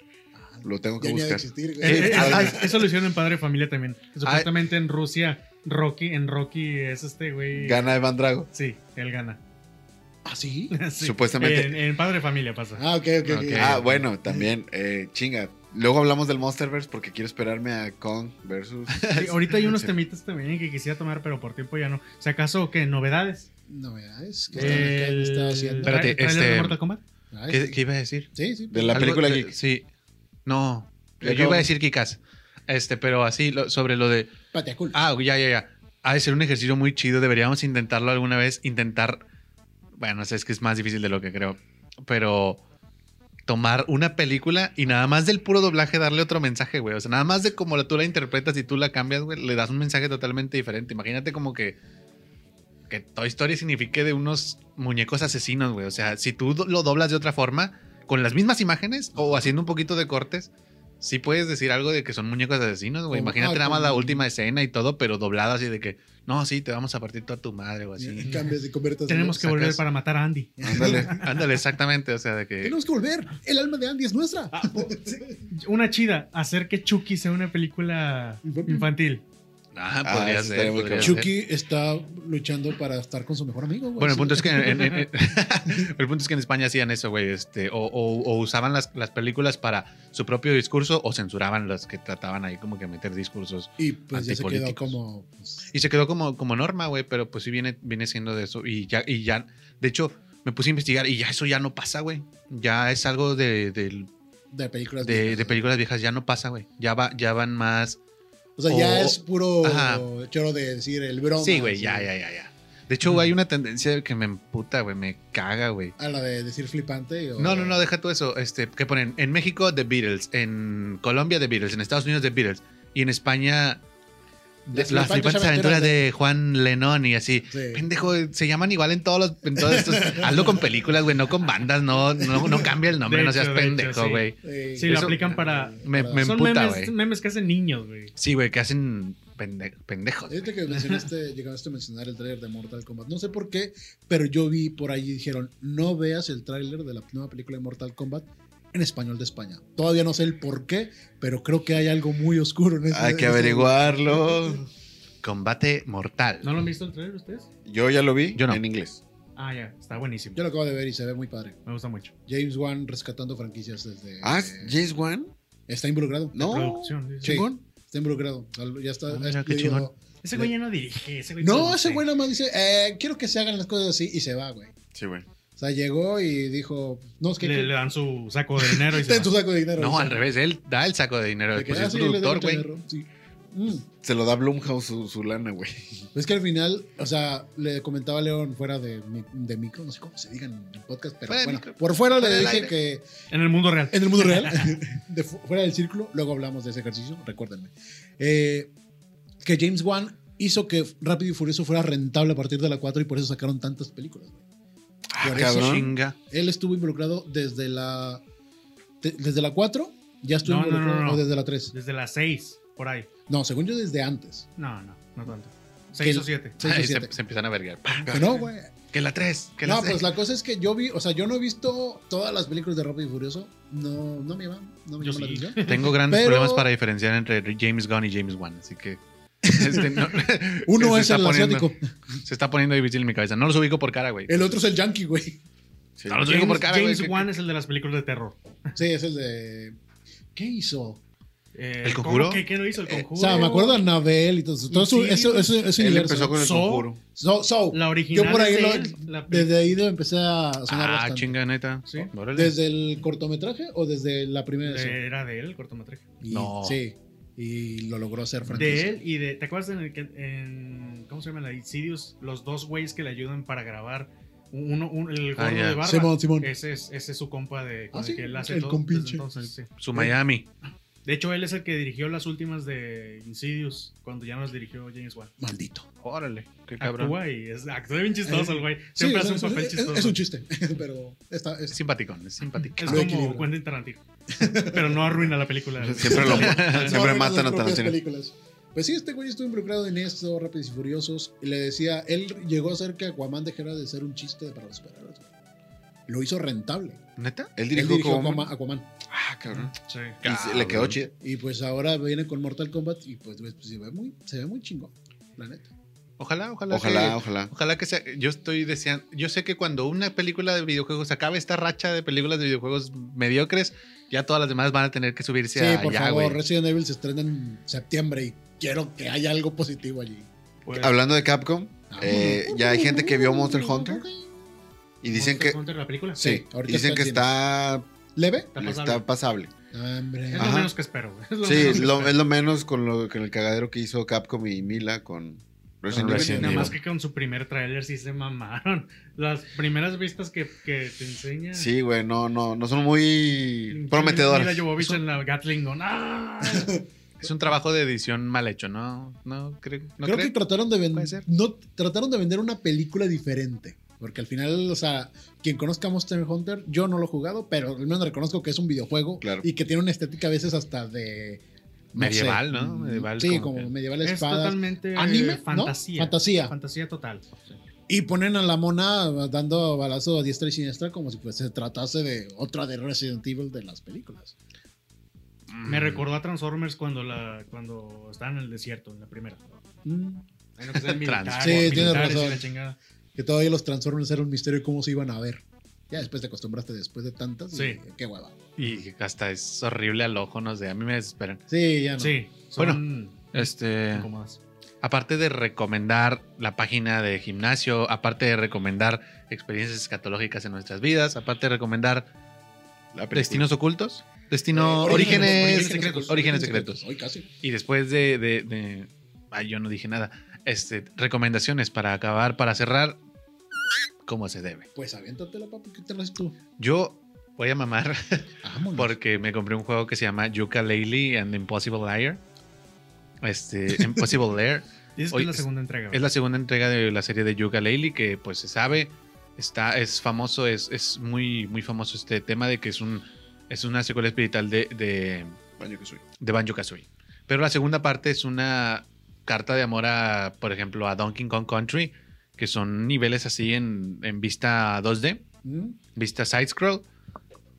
S4: Lo tengo que
S1: Ya ni ha de
S4: buscar.
S1: existir. güey.
S3: Eh, eh,
S4: ah,
S3: eh, Eso lo hicieron en Padre de Familia también. Que Supuestamente en Rusia, Rocky, en Rocky es este güey.
S4: Gana Evan Drago.
S3: Sí, él gana. <laughs>
S1: ¿Ah,
S2: <laughs>
S1: sí?
S3: Sí.
S4: Supuestamente.
S3: En, en Padre de Familia pasa.
S1: Ah, ok, ok, ok.
S2: Ok.
S4: Ah, bueno, también, eh, chinga. Luego hablamos del Monsterverse porque quiero esperarme a Kong versus.
S3: Sí, ahorita hay unos
S4: Sí.
S3: temitas también que quisiera tomar, pero por tiempo ya no. Si acaso, ¿qué? ¿Novedades?
S1: Novedades. ¿Qué estaba- qué
S3: El-
S1: estaba haciendo?
S2: Espérate,
S3: ¿El tráiler de
S2: este-
S3: Mortal Kombat?
S1: Ah,
S2: ¿Qué,
S1: sí.
S2: qué iba a decir?
S1: Sí, sí.
S4: De la
S2: Algo
S4: película
S2: de-
S4: Geek.
S2: Sí. No.
S4: Ya
S2: Yo iba
S4: acabamos.
S2: a decir Kikas. Este, pero así, lo- sobre lo de.
S1: Pateacul.
S2: Ah, ya, ya, ya. Ha de ser un ejercicio muy chido. Deberíamos intentarlo alguna vez. Intentar. Bueno, es que es más difícil de lo que creo. Pero. Tomar una película y nada más del puro doblaje darle otro mensaje, güey. O sea, nada más de cómo tú la interpretas y tú la cambias, güey, le das un mensaje totalmente diferente. Imagínate como que. Que Toy Story signifique de unos muñecos asesinos, güey. O sea, si tú do- lo doblas de otra forma, con las mismas imágenes o haciendo un poquito de cortes, sí puedes decir algo de que son muñecos asesinos, güey.
S4: Oh,
S1: Como-
S2: Imagínate
S1: ah,
S2: nada más la
S1: como-
S2: última escena y todo, pero doblado así de que, no, sí, te vamos a partir toda tu madre o
S1: Y
S2: así.
S1: Cambias de convertas.
S3: Tenemos que
S2: sacas-
S3: volver para matar a Andy.
S4: <laughs> Ándale.
S2: Ándale, exactamente, o sea, de que...
S1: Tenemos que volver. El alma de Andy es nuestra.
S2: Ah.
S3: Una chida, hacer que Chucky sea una película
S1: Infantil.
S3: infantil.
S2: Ah,
S4: Ah,
S2: podría
S4: eso
S2: ser,
S4: estaría muy
S2: podría
S4: cabrón.
S2: ser.
S1: Chucky está luchando para estar con su mejor amigo. güey.
S2: Bueno, el punto es que en, en- <laughs> en- el punto es que en España hacían eso, güey, este, o, o- o usaban las, las películas para su propio discurso o censuraban las que trataban ahí como que meter discursos
S1: Y pues ya se quedó
S2: antipolíticos.
S1: como. pues,
S2: Y se quedó como, como norma, güey, pero pues sí viene, viene siendo de eso. Y ya, y ya, de hecho, me puse a investigar y ya eso ya no pasa, güey. Ya es algo de, del-
S1: de películas.
S2: de,
S1: viejas,
S2: de
S1: ¿no?
S2: películas viejas, ya no pasa, güey. Ya, va, ya van más.
S1: O sea, ya
S2: o-
S1: es puro
S2: Ajá.
S1: choro de decir el broma.
S2: sí, güey,
S1: así,
S2: ya, ya, ya, ya. De hecho, hay una tendencia que me emputa, güey, me caga, güey.
S1: A la de decir flipante. o-
S2: No, no, no, deja tú eso. Este, que ponen en México The Beatles, en Colombia The Beatles, en Estados Unidos The Beatles y en España de-
S1: Las
S2: las
S1: flipantes
S2: flipantes aventuras
S1: aventuras de-
S2: de Juan Lennon y así.
S1: Sí.
S2: Pendejo, se llaman igual en todos los. En
S1: <laughs>
S2: todos estos. Hazlo con películas, güey, no con bandas, no, no, no cambia el nombre,
S3: De
S2: no seas
S3: hecho, de hecho,
S2: pendejo,
S3: sí.
S2: güey.
S1: Eh,
S3: Sí, lo aplican para-
S2: Me-
S1: para-
S2: me-
S3: Son
S2: emputa,
S3: memes,
S2: güey.
S3: memes que hacen niños, güey.
S2: Sí, güey, que hacen pende- pendejos.
S1: Ahorita que
S2: <laughs>
S1: mencionaste, llegaste a mencionar el tráiler de Mortal Kombat. No sé por qué, pero yo vi por ahí dijeron, no veas el tráiler de la nueva película de Mortal Kombat en español de España. Todavía no sé el por qué, pero creo que hay algo muy oscuro en eso.
S4: Hay que averiguarlo.
S2: Combate mortal.
S3: ¿No lo han visto el trailer ustedes?
S4: Yo ya lo vi
S2: Yo no.
S4: en inglés.
S3: Ah, ya, está buenísimo.
S1: Yo lo acabo de ver y se ve muy padre.
S3: Me gusta mucho.
S1: James Wan rescatando franquicias desde...
S4: Ah,
S1: eh,
S4: James Wan.
S1: está involucrado.
S4: No.
S3: Producción. sí, sí.
S1: Sí, Está involucrado. Al- Ya está...
S2: Ah, mira,
S1: es-
S2: qué
S1: le digo,
S2: chingón.
S3: Ese güey ya no dirige. Ese güey
S1: no,
S3: produce.
S1: ese güey nada más dice, "Eh, quiero que se hagan las cosas así y se va, güey.
S4: Sí, güey.
S1: O sea, llegó y dijo, no, es que...
S3: Le, le dan su saco de
S1: <laughs>
S3: dinero y se
S1: Ten
S3: va.
S1: tu saco de dinero.
S2: No,
S1: Y se
S2: al
S1: va.
S2: revés, él da el saco de dinero.
S1: De que,
S2: Pues
S1: ah,
S2: es
S1: sí, le doy
S2: productor,
S1: mucho
S2: güey.
S1: dinero, sí. Mm.
S4: Se lo da Blumhouse su, su lana, güey.
S1: Es que al final, o sea, le comentaba a León fuera de, mi- de micro, no sé cómo se digan en el podcast, pero
S2: Fuera de
S1: bueno,
S2: micro.
S1: por fuera le
S2: Fuera del
S1: dije
S2: aire.
S1: que
S3: En el mundo real.
S1: en el mundo real,
S2: <laughs>
S1: de fu- fuera del círculo, luego hablamos de ese ejercicio, recuérdenme. Eh, que James Wan hizo que Rápido y Furioso fuera rentable a partir de la 4 y por eso sacaron tantas películas. güey. Por eso
S4: cabrón.
S2: Ah, Chinga.
S1: él estuvo involucrado desde la de- desde la 4, ya estuvo
S3: No, no, no,
S1: involucrado
S3: no.
S1: o desde la 3.
S3: Desde las 6, por ahí.
S1: No, según yo desde antes.
S3: No, no, no tanto. 6 o 7.
S1: Seis o
S2: Ay,
S1: siete.
S2: Ah, se, se empiezan a verguear. Pa,
S1: Que no, güey.
S2: Que la tres, que
S1: No,
S2: la
S1: pues
S2: seis.
S1: la cosa es que yo vi, o sea, yo no he visto todas las películas de Rápido y Furioso. No, no me van, no me
S3: Yo
S1: llama la
S3: sí. <laughs>
S1: atención.
S2: Tengo grandes
S1: Pero-
S2: problemas para diferenciar entre James Gunn y James Wan,
S1: <laughs>
S2: así que. este, no-
S1: Uno
S2: se
S1: es
S2: está
S1: el
S2: poniendo-
S1: asiático,
S2: Se está poniendo difícil en mi cabeza. No los ubico por cara, güey.
S1: el otro es el yankee, güey.
S4: Sí.
S2: No los
S3: James,
S2: ubico por cara, güey.
S3: James
S2: que-
S3: Wan es el de las películas de terror.
S1: Sí, es el de. ¿Qué hizo?
S3: Eh,
S2: ¿El
S3: ¿cómo
S2: conjuro?
S3: que- ¿Qué no hizo el
S4: Eh,
S1: O
S3: conjuro?
S1: sea, me acuerdo de Anabel y todo eso. Todo eso,
S3: Sí. pues,
S1: eso, eso, eso
S4: Él
S1: universo.
S4: empezó con el
S3: So-
S4: conjuro.
S1: So, so,
S3: La original.
S1: Yo por ahí
S3: es
S1: lo-
S3: él, la peli-
S1: desde ahí empecé a sonar
S2: Ah,
S1: bastante. Oh,
S2: chinga, neta.
S3: Sí.
S2: Órale.
S1: ¿Desde el cortometraje o desde la primera? edición?
S3: de- Era de él el cortometraje.
S1: Y-
S2: No.
S1: Sí, y lo logró hacer
S3: De
S1: franquicia.
S3: él y de. ¿Te acuerdas en el que. En, ¿Cómo se llama? La Insidious. Los dos güeyes que le ayudan para grabar. Uno, un- el gordo
S2: Ah, ya.
S3: de barba.
S1: Simón, Simón.
S3: Ese es, ese es su compa de con
S1: Ah,
S3: el
S1: sí,
S3: que él hace
S1: el
S3: todo.
S1: compinche.
S3: desde entonces, sí.
S2: Su Miami.
S3: De hecho, él es el que dirigió las últimas de Insidious, cuando ya no las dirigió James Wan.
S1: Maldito.
S2: Órale, qué cabrón.
S3: Actúa y es, actúa bien chistoso el güey.
S1: Sí,
S3: Siempre hace
S1: es-
S3: un
S1: es-
S3: papel
S1: es-
S3: chistoso.
S1: Es un chiste, <laughs> pero está, es-
S2: Es simpaticón, es simpático.
S3: Es
S1: Lo equilibra.
S3: como Quentin Tarantino. <laughs> Pero no arruina la película.
S4: <laughs> Siempre lo siempre
S1: No,
S4: matan a
S1: las propias
S4: Tarantino.
S1: películas. Pues sí, este güey estuvo involucrado en esto, Rápidos y Furiosos. Y le decía, él llegó a hacer que Aquaman dejara de ser un chiste para los superhéroes. Lo hizo rentable.
S2: ¿Neta?
S4: Él
S1: Él
S4: dirigió,
S1: dirigió
S4: como-
S1: Aquaman. Aquaman.
S4: Ah, cabrón.
S3: Sí.
S4: Y se- le quedó
S2: Cabrón.
S4: chido.
S1: Y pues ahora viene con Mortal Kombat y pues, pues, se, ve muy, se ve muy chingón, la neta.
S2: Ojalá, ojalá.
S4: Ojalá,
S2: que-
S4: ojalá.
S2: Ojalá que sea. Yo estoy deseando. Yo sé que cuando una película de videojuegos acabe esta racha de películas de videojuegos mediocres, ya todas las demás van a tener que subirse
S1: Sí,
S4: ah,
S2: a
S1: por
S2: allá,
S1: favor,
S2: güey.
S1: Resident Evil se estrena en septiembre y quiero que haya algo positivo allí.
S3: Pues,
S4: Hablando de Capcom,
S1: Ah,
S4: eh, ya hay gente que vio Monster Hunter y dicen
S3: Monster
S4: que
S3: Hunter, la película.
S1: Sí,
S4: sí,
S1: ahorita
S4: y dicen que está
S1: ¿Leve?
S3: Está pasable.
S4: está pasable.
S1: Hombre.
S3: Es
S4: Ajá.
S3: lo menos que espero. güey. Es lo
S4: Sí,
S3: menos que
S4: lo-
S3: espero.
S4: es lo menos con lo con el cagadero que hizo Capcom y Mila con Resident
S2: Con
S4: Evil.
S2: Resident
S3: Nada más
S2: Evil.
S3: que con su primer tráiler sí se mamaron. Las primeras vistas que, que te enseña.
S4: Sí, güey, no, no, no son muy prometedoras.
S3: Mira Jovovich
S2: Eso-
S3: en la Gatling Gun.
S1: <laughs>
S3: ¡Ah!
S2: Es un trabajo de edición mal hecho, ¿no? No creo. ¿no
S1: Creo que
S2: creen?
S1: trataron de
S2: Puede
S1: vender.
S2: ser.
S1: No, trataron de vender una película diferente. Porque al final, o sea, quien conozca Monster Hunter, yo no lo he jugado, pero al menos reconozco que es un videojuego
S4: Claro.
S1: y que tiene una estética a veces hasta de.
S2: Medieval, ¿no?
S1: mm,
S2: Medieval,
S1: sí, como,
S2: como que-
S1: medieval
S3: es
S1: espada.
S3: totalmente
S1: Anime,
S3: eh, fantasía.
S1: ¿no? Fantasía.
S3: Fantasía total. Sí.
S1: Y ponen a la mona dando balazo a diestra y siniestra como si pues, se tratase de otra de Resident Evil de las películas.
S2: Mm.
S3: Me recordó a Transformers cuando la cuando estaban en el desierto, en la primera.
S1: Mm,
S3: En lo que salen militares,
S2: Transformers.
S1: Sí, tienes
S3: militares y
S1: razón.
S3: la chingada.
S1: Que todavía los Transformers era un misterio cómo se iban a ver. Ya después te acostumbraste después de tantas. y,
S3: Sí.
S1: qué hueva.
S2: Y hasta es horrible al ojo, no sé. A mí me desesperan.
S1: Sí, ya no.
S3: Sí, son
S2: Este.
S3: incómodas.
S2: Aparte de recomendar la página de gimnasio, aparte de recomendar experiencias escatológicas en nuestras vidas, aparte de recomendar
S4: La película.
S2: destinos ocultos, destino,
S1: Eh,
S2: orígenes,
S1: orígenes
S2: orígenes secretos.
S1: orígenes Hoy casi.
S2: Y después de, de- de- ay, yo no dije nada. Este, recomendaciones para acabar, para cerrar, como se debe.
S1: Pues aviéntatela, papi, ¿qué te lo haces tú?
S2: Yo voy a mamar
S1: Vámonos.
S2: porque me compré un juego que se llama Yuka Laylee and the Impossible Liar. Este, Impossible Lair.
S3: Dices que
S2: Oye,
S3: es la
S2: es-
S3: segunda entrega.
S2: Es la segunda entrega de la serie de Yuga Laylee, que pues se sabe, está, es famoso, es, es muy, muy famoso este tema de que es un es una secuela espiritual de, de,
S4: Coño, que soy.
S2: de Banjo Kazooie. Pero la segunda parte es una carta de amor a, por ejemplo, a Donkey Kong Country, que son niveles así en, en vista 2D,
S1: ¿Mm?
S2: vista side scroll,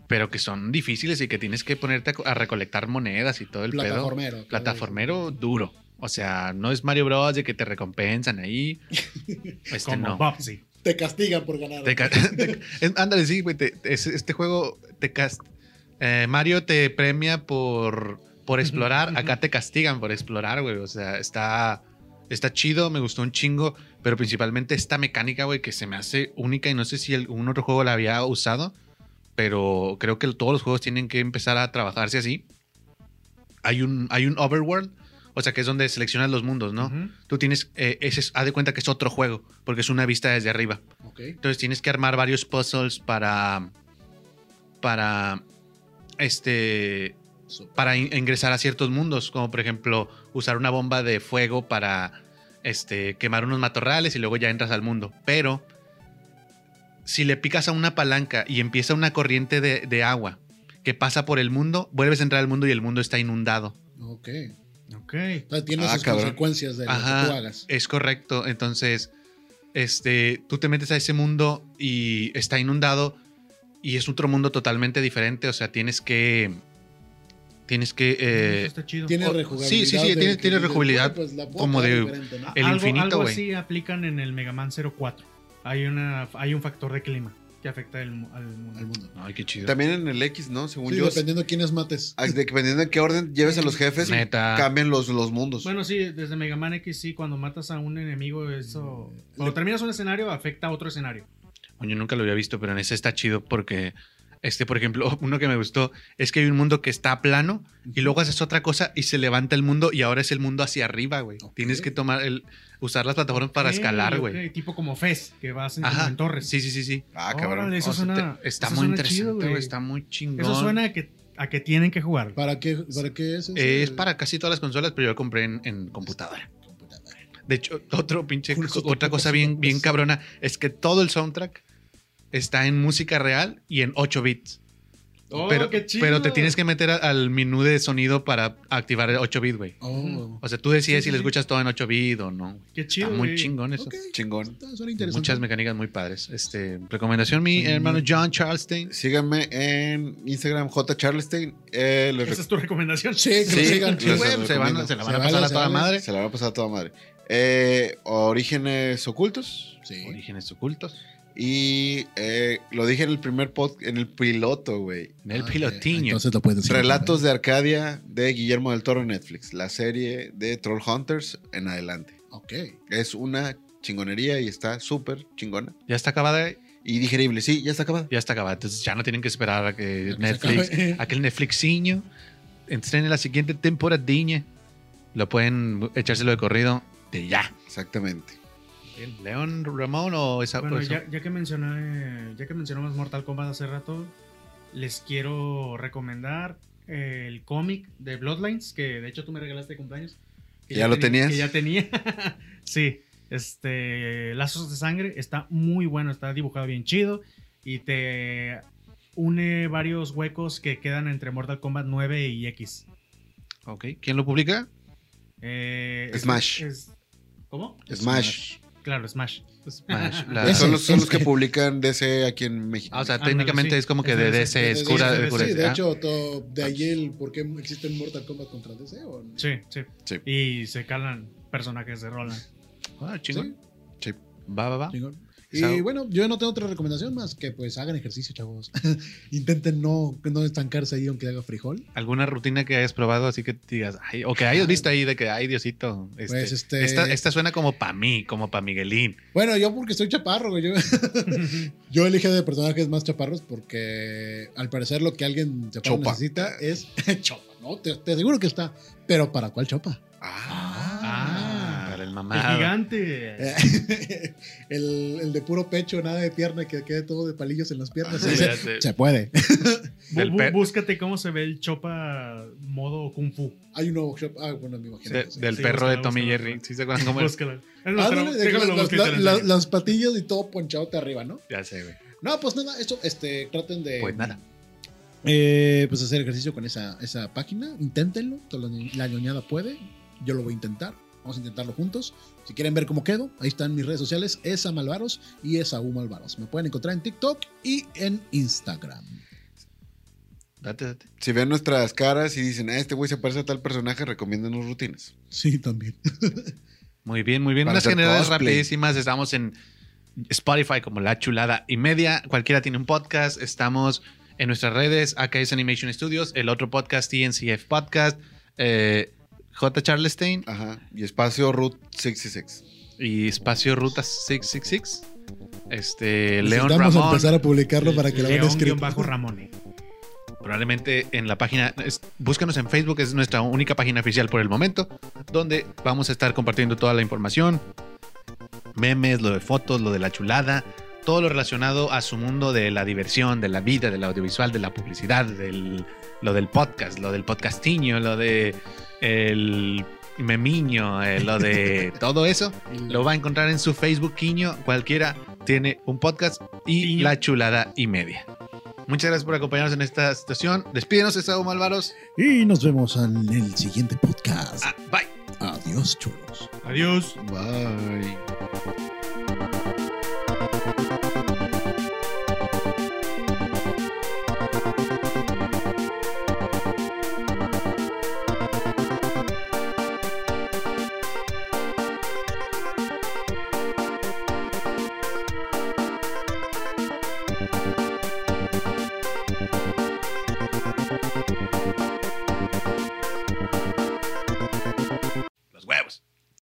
S2: pero que son difíciles y que tienes que ponerte a, co- a recolectar monedas y todo el pedo
S1: Plataformero. claro.
S2: plataformero duro. O sea, no es Mario Bros. de que te recompensan ahí. Este
S3: como
S2: no.
S3: Bubsy.
S1: Te castigan por ganar.
S2: Te ca- <laughs> te- es- ándale, sí, güey. te- es- este juego te cast- eh, Mario te premia por, por explorar.
S3: ujú.
S2: Acá te castigan por explorar, güey. O sea, está, está chido, me gustó un chingo. Pero principalmente esta mecánica, güey, que se me hace única y no sé si algún otro juego la había usado. Pero creo que todos los juegos tienen que empezar a trabajarse así. Hay un, hay un overworld. O sea, que es donde seleccionas los mundos, ¿no?
S3: Ujú.
S2: Tú tienes, eh, ese es- haz de cuenta que es otro juego, porque es una vista desde arriba.
S1: Ok.
S2: Entonces tienes que armar varios puzzles para. Para. Este.
S1: Sup-
S2: Para in- ingresar a ciertos mundos. Como por ejemplo, usar una bomba de fuego para. Este. quemar unos matorrales y luego ya entras al mundo. Pero. Si le picas a una palanca y empieza una corriente de, de agua que pasa por el mundo, vuelves a entrar al mundo y el mundo está inundado.
S1: Ok.
S3: Ok.
S2: Eh,
S1: Entonces tienes
S4: Ah,
S1: sus
S4: cabrón.
S1: consecuencias de lo
S2: Ajá.
S1: que tú hagas.
S2: Es correcto. Entonces, este, tú te metes a ese mundo y está inundado y es otro mundo totalmente diferente. O sea, tienes que, tienes que
S3: Eso
S2: eh,
S3: está chido.
S1: Tiene
S2: o-
S1: rejugabilidad.
S2: sí, sí, sí,
S1: de
S2: tiene-
S1: que
S2: tiene
S1: dices, "Bueno,
S2: rejugabilidad
S1: pues, la puedo
S2: como
S1: jugar
S2: de-
S1: diferente, ¿no?".
S2: el
S3: Ah, algo,
S2: infinito,
S3: algo
S2: güey.
S3: así aplican en el Mega Man 04. Hay, una, hay un factor de clima que afecta el mu- al mundo.
S1: al mundo.
S2: Ay, qué chido.
S4: También en el X, ¿no? Según
S1: Sí,
S4: yo,
S1: dependiendo de quiénes mates.
S4: a- dependiendo de qué orden lleves a los jefes,
S2: Neta.
S4: cambian los, los mundos.
S3: Bueno, sí, desde Mega Man X sí, cuando matas a un enemigo,
S1: Mm,
S3: eso... Cuando terminas un escenario, afecta a otro escenario.
S2: Yo nunca lo había visto, pero en ese está chido porque, este, por ejemplo, <laughs> uno que me gustó es que hay un mundo que está plano y luego haces otra cosa y se levanta el mundo y ahora es el mundo hacia arriba, güey.
S1: Ok.
S2: Tienes que tomar el, usar las plataformas para
S3: Ok,
S2: escalar,
S3: ok,
S2: güey.
S3: Tipo como Fez, que vas en, como
S2: Ajá.
S3: en torres.
S2: Sí, sí, sí, sí.
S4: Ah, cabrón.
S3: Órale, eso
S2: O sea,
S3: suena...
S2: te- está
S3: eso
S2: muy
S3: suena
S2: interesante,
S3: chido,
S2: güey. Está muy chingón.
S3: Eso suena a que a que tienen que jugar.
S1: ¿Para qué, para qué es? ese?
S2: Es para casi todas las consolas, pero yo lo compré en, en computadora.
S1: Computadora.
S2: De hecho, <laughs> otro pinche,
S1: Pulso,
S2: co- otra
S1: topo,
S2: cosa
S1: topo,
S2: bien,
S1: topo,
S2: bien
S1: topo.
S2: cabrona es que todo el soundtrack está en música real y en 8 bits.
S3: Oh,
S2: pero,
S3: qué chido.
S2: pero te tienes que meter a- al menú de sonido para activar el 8 bit, güey.
S1: Oh,
S2: O sea, tú decides
S3: Sí, sí,
S2: si lo
S3: sí.
S2: escuchas todo en 8 bit o no.
S3: Qué
S2: Está
S3: chido.
S2: muy
S3: güey.
S2: chingón eso.
S1: ok.
S4: Chingón.
S1: Está- Suena interesante.
S2: Muchas mecánicas muy padres. Este, recomendación mi
S1: Sí,
S2: hermano
S1: mira.
S2: John Charleston.
S4: Síganme en Instagram J. Charleston. Eh, les
S3: Esa es tu recomendación.
S1: Sí, que
S4: Sí,
S1: lo sigan.
S4: los-
S1: güey.
S2: se, van-
S4: recomiendo.
S2: se la
S1: Se
S2: van a
S1: vale,
S2: pasar a
S1: se
S2: toda
S1: vale.
S2: madre.
S4: Se la va a pasar a toda madre. Eh, orígenes ocultos.
S1: Sí.
S2: Orígenes ocultos.
S4: Y eh, lo dije en el primer pod, en el piloto, güey.
S2: En el
S1: Ah, ok.
S2: pilotiño.
S1: Entonces lo puedes decir.
S4: Relatos de Arcadia de Guillermo del Toro en Netflix. La serie de Troll Hunters en adelante.
S1: Ok.
S4: Es una chingonería y está súper chingona.
S2: Ya está acabada.
S4: Y digerible. Sí, ya está acabada.
S2: Ya está acabada. Entonces ya no tienen que esperar a que
S1: A que se <laughs>
S2: Netflix,
S1: acabe.
S2: a que el Netflixiño estrene la siguiente temporadiña. Lo pueden echárselo de corrido de ya.
S4: Exactamente.
S2: León Ramón o esa
S3: Bueno,
S2: o
S3: ya,
S2: esa-
S3: ya que mencioné, ya que mencionamos Mortal Kombat hace rato, les quiero recomendar el cómic de Bloodlines, que de hecho tú me regalaste de cumpleaños. Que
S4: ¿Ya lo
S3: tenía-
S4: tenías?
S3: Que ya tenía. <laughs> sí, este, Lazos de Sangre está muy bueno, está dibujado bien chido y te une varios huecos que quedan entre Mortal Kombat 9 y X.
S2: Ok. ¿Quién lo publica?
S3: Eh, es-
S4: Smash.
S3: es- ¿Cómo?
S4: Smash.
S3: Claro, Smash.
S2: Smash. La-
S1: Ah,
S4: son los, son
S1: es
S4: los que
S1: que-
S4: publican DC aquí en México.
S2: Ah, o sea,
S3: Ándale,
S2: técnicamente
S3: sí.
S2: es como que
S3: Es
S2: de
S3: de-
S2: DC, es
S1: Sí,
S2: cura
S1: sí,
S2: de
S1: sí,
S2: cura.
S1: Sí, de
S2: Ah,
S1: hecho, to- de ahí el por qué existe Mortal Kombat contra DC. ¿o no?
S3: Sí, sí,
S4: Sí.
S3: Y se calan personajes de Roland.
S2: ah,
S1: Sí,
S2: chingón. Va, va, va.
S1: chingón.
S2: Sao.
S1: Y bueno, yo no tengo otra recomendación más que pues hagan ejercicio, chavos. <laughs> Intenten no, no estancarse ahí aunque haga frijol.
S2: ¿Alguna rutina que hayas probado así que digas, ay, o que hayas visto ahí de que, ay, Diosito, este,
S1: Pues, este-
S2: Esta, esta suena como para mí, como para Miguelín.
S1: Bueno, yo porque soy chaparro, güey. Yo, <laughs> yo elige de personajes más chaparros porque al parecer lo que alguien chaparro
S4: Chopa.
S1: necesita es <laughs> chopa, ¿no? Te, te aseguro que está. Pero ¿para cuál chopa?
S2: Ah, para el
S3: El
S2: mamado.
S3: gigante.
S1: Eh, <laughs> el, el de puro pecho, nada de pierna, que quede todo de palillos en las piernas.
S2: Ah, ya
S1: se,
S2: sé.
S1: se puede.
S3: Bu-
S2: Del
S3: bu-
S2: pe-
S3: búscate cómo se ve el chopa modo kung fu.
S1: Hay un nuevo shop. Ah, bueno, me imagino.
S2: De-
S1: que sí.
S2: del
S3: Sí,
S2: perro
S3: búscala,
S2: de Tommy
S3: búscala,
S2: Jerry.
S3: búscala.
S2: ¿Sí se
S3: <laughs>
S2: acuerdan cómo era?
S3: Búscala. Es más,
S1: Ah,
S3: te
S1: no,
S3: lo-
S1: no, de-
S3: déjalo,
S1: las-
S3: busco y
S1: la-
S3: te lo
S1: la-
S3: enseño.
S1: Las patillas y todo ponchado de arriba, ¿no?
S2: Ya sé, güey.
S1: No, pues nada, esto, este, traten de.
S2: Pues nada.
S1: Eh, pues hacer ejercicio con esa, esa página. Inténtenlo. todo lo- La ñoñada puede. Yo lo voy a intentar. Vamos a intentarlo juntos. Si quieren ver cómo quedo, ahí están mis redes sociales. Es Malvaros y es Malvaros. Me pueden encontrar en TikTok y en Instagram.
S2: Date, date.
S4: Si ven nuestras caras y dicen, "Ah, este güey se parece a tal personaje, recomiéndenos rutinas.
S1: Sí, también.
S2: Muy bien, muy bien.
S4: Para
S2: Unas
S4: hacer
S2: generales
S4: cosplay.
S2: rapidísimas. Estamos en Spotify como La Chulada y Media. Cualquiera tiene un podcast. Estamos en nuestras redes, AKS Animation Studios, el otro podcast, TNCF Podcast, eh, J. Charlestein
S4: Ajá. Y espacio Root 66.
S2: y Espacio Ruta 666. Este, León
S1: Vamos a
S2: Ramón.
S1: empezar a publicarlo para que lo vean
S3: León
S1: escrito.
S3: guión bajo Ramone.
S2: Probablemente en la página, es- búsquenos en Facebook, es nuestra única página oficial por el momento, donde vamos a estar compartiendo toda la información, memes, lo de fotos, lo de la chulada, todo lo relacionado a su mundo de la diversión, de la vida, del audiovisual, de la publicidad, del, lo del podcast, lo del podcastiño, lo de el memiño, eh, lo de todo eso, lo va a encontrar en su Facebook Quiño, cualquiera tiene un podcast y
S3: Quiño.
S2: la chulada y media. Muchas gracias por acompañarnos en esta situación. Despídenos, Esaú Malvaros.
S1: Y nos vemos en el siguiente podcast.
S2: Ah, bye.
S1: Adiós, chulos.
S3: Adiós.
S4: Bye.